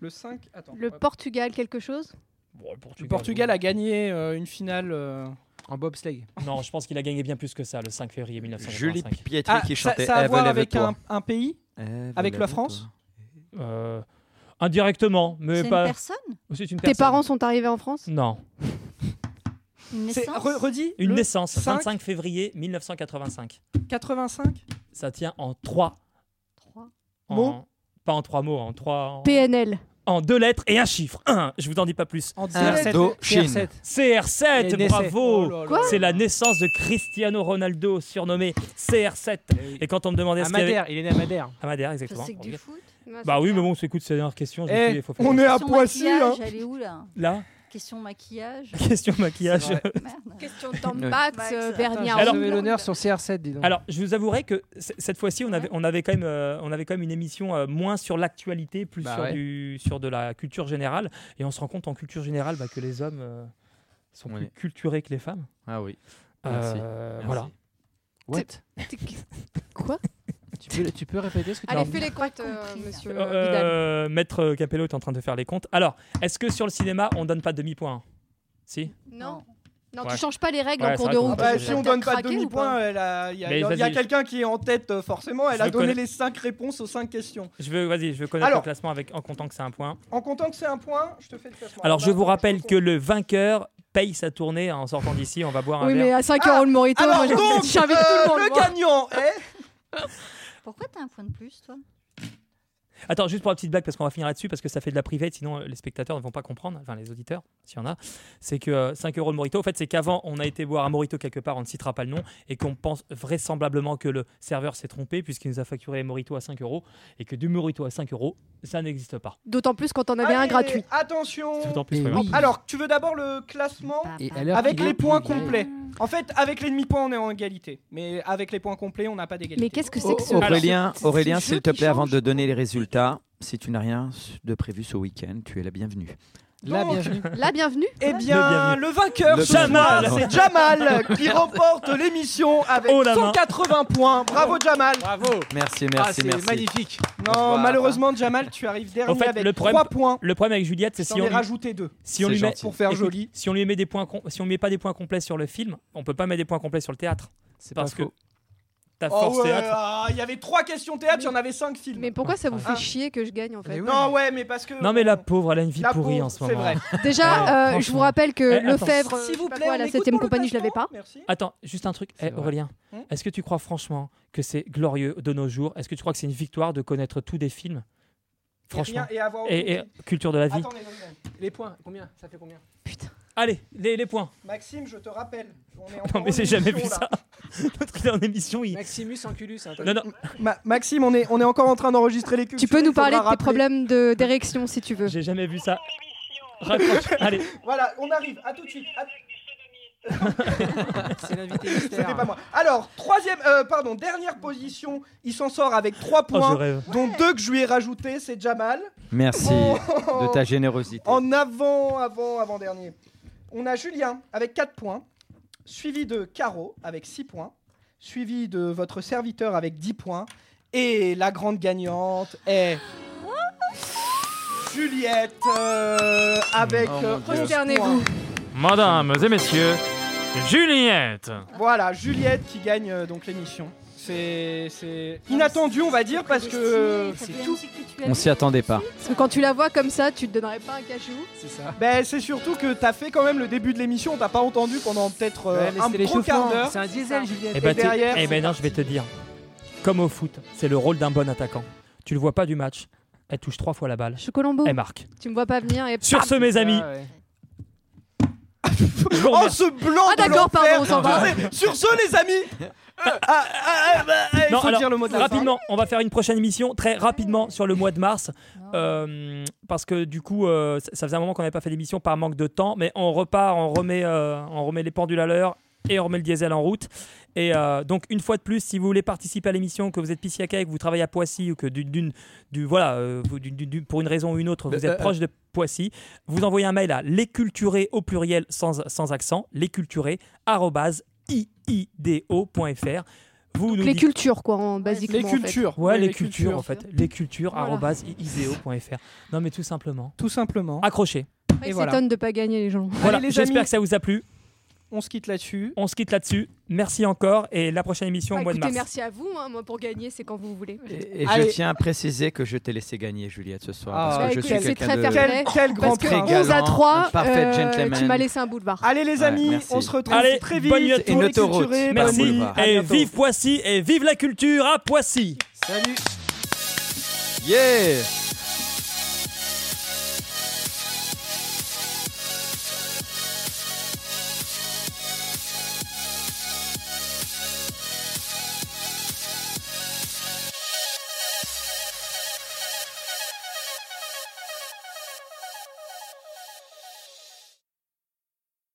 Le 5, attends. Le hop. Portugal, quelque chose Bon, le Portugal, Le Portugal a gagné euh, une finale euh, en bobsleigh. Non, je pense qu'il a gagné bien plus que ça le 5 février Julie 1985. Pietri Ah, qui ça, chantait ça a à Ève, voir avec lève-toi. un, un pays Ève, avec la lève-toi. France Euh, indirectement, mais C'est une pas. personne C'est une Tes personne. parents sont arrivés en France Non. Une C'est- naissance re- Redis Une le naissance, 5. 25 février 1985. 85 Ça tient en trois. Trois. en- Mots Pas en trois mots, en trois. En, PNL. en deux lettres et un chiffre. Un, je vous en dis pas plus. en Un, 17. deux, Chine. CR7. Et CR7, naissait. Eh, bravo Oh là là. Quoi C'est la naissance de Cristiano Ronaldo, surnommé CR7. Et quand on me demandait À ce qu'il y avait... Oh, Madère, il est né à Madère. À Madère, Ça, exactement. C'est que du foot. Bah oui, mais bon, c'est écoute, c'est la dernière question. je me Eh, suis dit, il faut faire- On est à Question Poissy. hein. maquillage, Elle est où là Là, Question <laughs> maquillage. question maquillage. C'est vrai. Merde. Question <laughs> de temps Ouais. Max, Max, euh, attends, Bernier. Alors- Recevez l'honneur sur CR7, dis donc. Alors, je vous avouerai que c- cette fois-ci, on avait, on avait quand même, euh, on avait quand même une émission euh, moins sur l'actualité, plus Bah sur, ouais. du, sur de la culture générale. Et on se rend compte en culture générale bah, que les hommes euh, sont Ouais. plus culturés que les femmes. Ah oui. Merci. Euh, Merci. Voilà. What Quoi tu, peux, tu peux répéter ce que tu as Allez, dit fais les comptes, compris, euh, là. monsieur Euh, Vidal. euh, Maître Capello est en train de faire les comptes. Alors, est-ce que sur le cinéma, on donne pas demi-point Si Non, non Ouais. tu changes pas les règles Ouais, en cours c'est de vrai qu'on route. peut Ah bah, si T'as on donne pas craqué ou demi-point, euh, elle a- il y a, Mais il y a vas-y. quelqu'un qui est en tête, euh, forcément. Elle Je a le donné connais. les 5 réponses aux 5 questions. Je veux, vas-y, je veux connaître Alors. le classement avec, en comptant que c'est un point. En comptant que c'est un point, je te fais le classement. Alors, je Bah, vous rappelle te que le vainqueur paye sa tournée en sortant d'ici. On va boire un Oui, mais verre. à 5 euros le morito, Alors moi, donc, je- j'invite tout euh, le monde. le moi. gagnant est... Pourquoi t'as un point de plus, toi Attends, juste pour la petite blague, parce qu'on va finir là-dessus, parce que ça fait de la private, sinon euh, les spectateurs ne vont pas comprendre, enfin les auditeurs, s'il y en a. C'est que euh, 5 euros le Morito, en fait, c'est qu'avant, on a été boire un Morito quelque part, on ne citera pas le nom, et qu'on pense vraisemblablement que le serveur s'est trompé, puisqu'il nous a facturé les Morito à 5 euros, et que du Morito à 5 euros, ça n'existe pas. D'autant plus quand on avait un Allez, gratuit. Attention C'est d'autant plus Et vrai. oui. Alors, tu veux d'abord le classement Bah, Et à l'heure avec qu'il les est, points il est- complets. En fait, avec les demi-points, on est en égalité. Mais avec les points complets, on n'a pas d'égalité. Mais qu'est-ce que c'est Oh, que ce Aurélien, ce- ce Aurélien, jeu s'il te qui plaît, avant change de donner les résultats, si tu n'as rien de prévu ce week-end, tu es la bienvenue. Là, Donc, bienvenue. La bienvenue. Eh Le bien, bienvenu. le, vainqueur, Le ce Jamal. soir, c'est Jamal qui remporte l'émission avec Oh la main. 180 points. Bravo Jamal. Bravo Merci, Ah, merci, c'est merci. magnifique Non, Bonsoir. malheureusement Jamal, tu arrives dernier Au fait, avec le problème- 3 points. Le problème avec Juliette, c'est si J'en on, ai lui, rajouté 2 si on C'est lui met, gentil. pour faire Écoute, joli. si on lui met des points, com- si on met pas des points complets sur le film, on peut pas mettre des points complets sur le théâtre, C'est parce pas que faux. ta Oh force ouais, théâtre. ah, il y avait 3 questions théâtre, il y en avait 5 films. Mais pourquoi ça vous fait Ah. chier que je gagne en fait Non, ouais, mais parce que Non mais la pauvre, elle a une vie euh, La pourrie pauvre, en ce C'est moment. vrai. Ouais, Déjà, euh, je franchement. vous rappelle que Eh, attends. Lefebvre, euh, je S'il sais vous pas plaît, quoi, on la écoute 7 pour le compagnie, je l'avais classement. pas. Merci. Attends, juste un truc, C'est Eh, vrai. Aurélien. Hmm Est-ce que tu crois franchement que c'est glorieux de nos jours Est-ce que tu crois que c'est une victoire de connaître tous des films Franchement. Eh Et, rien- et avoir Et, et culture de la vie. Attendez, attendez. Les points, combien Ça fait combien Allez, les, les points. Maxime, je te rappelle, on est Non mais j'ai jamais vu ça. Notre il est en émission, il. Maximus Anculus. hein, t'as Non, vu non, Maxime, on est, on est encore en train d'enregistrer les Tu cultures. peux nous il faudra parler de tes rappeler. problèmes de- d'érection si tu euh, veux. j'ai jamais vu ça. <laughs> Raccroche. Allez, oh, Voilà, on arrive, à tout de suite. à- C'est l'invité C'était mystère. pas moi. Alors, troisième, euh, pardon, dernière position, il s'en sort avec 3 oh, je points, rêve. dont 2 que je lui ai rajoutés, c'est Jamal. Merci de ta générosité. Oh, En avant, avant, avant dernier. On a Julien avec 4 points, suivi de Caro avec 6 points, suivi de votre serviteur avec 10 points, et la grande gagnante est. Juliette euh, avec Oh mon euh, Dieu. 11 Prosternez-vous. points. Mesdames et messieurs, Juliette Voilà, Juliette qui gagne euh, donc l'émission. C'est c'est inattendu, on va dire, parce que C'est tout. On s'y attendait pas. Parce que quand tu la vois comme ça, tu te donnerais pas un cachou. C'est ça. Ben, c'est surtout que t'as fait quand même le début de l'émission, on t'a pas entendu pendant peut-être euh, Ouais, mais un c'est gros quart l'échauffement. d'heure. C'est un diesel, Juliette. Eh ben, tu- derrière, eh ben non, je vais te dire. Comme au foot, c'est le rôle d'un bon attaquant. Tu le vois pas du match. Elle touche trois fois la balle. Chocolombo, Elle marque. tu me vois pas venir et Eh ben. Sur Bam ce, mes amis, Ah, ouais. je vous Oh remercie. ce blanc Ah, de d'accord, l'enfer. pardon, on s'en va. Non, mais Sur ce les amis Ah, ah, ah, bah, ah, Il Non, faut alors, dire le mot de la Rapidement, on va faire une prochaine émission très rapidement sur le mois de mars. Non. Euh, parce que du coup, euh, ça- ça faisait un moment qu'on n'avait pas fait d'émission par manque de temps, mais on repart, on remet, euh, on remet les pendules à l'heure et on remet le diesel en route. Et euh, donc, une fois de plus, si vous voulez participer à l'émission, que vous êtes Pissiaca et que vous travaillez à Poissy ou que d'une, d'une- du, voilà, euh, vous- d'une- d'une- pour une raison ou une autre, vous Euh, êtes euh, proche de Poissy, vous envoyez un mail à lesculturés au pluriel sans, sans accent, lesculturés, arrobase, iido.fr. Vous nous les dites- cultures quoi, en basiquement. Les en fait. cultures. Ouais, Ouais, les, cultures, en fait. Les cultures, Voilà. arrobase, iseo.fr. Non, mais tout simplement. Tout simplement. Accrochez. Après, Et Ils voilà. s'étonnent de pas gagner les gens. Voilà, Allez, les j'espère amis. que ça vous a plu. On se quitte là-dessus. On se quitte là-dessus. Merci encore et la prochaine émission Bah, au mois de écoutez, mars. merci à vous. hein. Moi, pour gagner, c'est quand vous voulez. Et, et je Allez. tiens à préciser que je t'ai laissé gagner, Juliette, ce soir. Ah, parce bah, que je écoute, suis c'est quelqu'un très de... fair-play. Quel, quel grand Parce que Très prince. galant, 11 à 3, un parfait euh, gentleman. tu m'as laissé un boulevard. Allez les amis, merci. on se retrouve Allez, très vite. bonne nuit à tous. On est Une autoroute. culturés, Merci. bonne nuit. Boulevard. À Et bientôt. vive Poissy et vive la culture à Poissy. Salut Yeah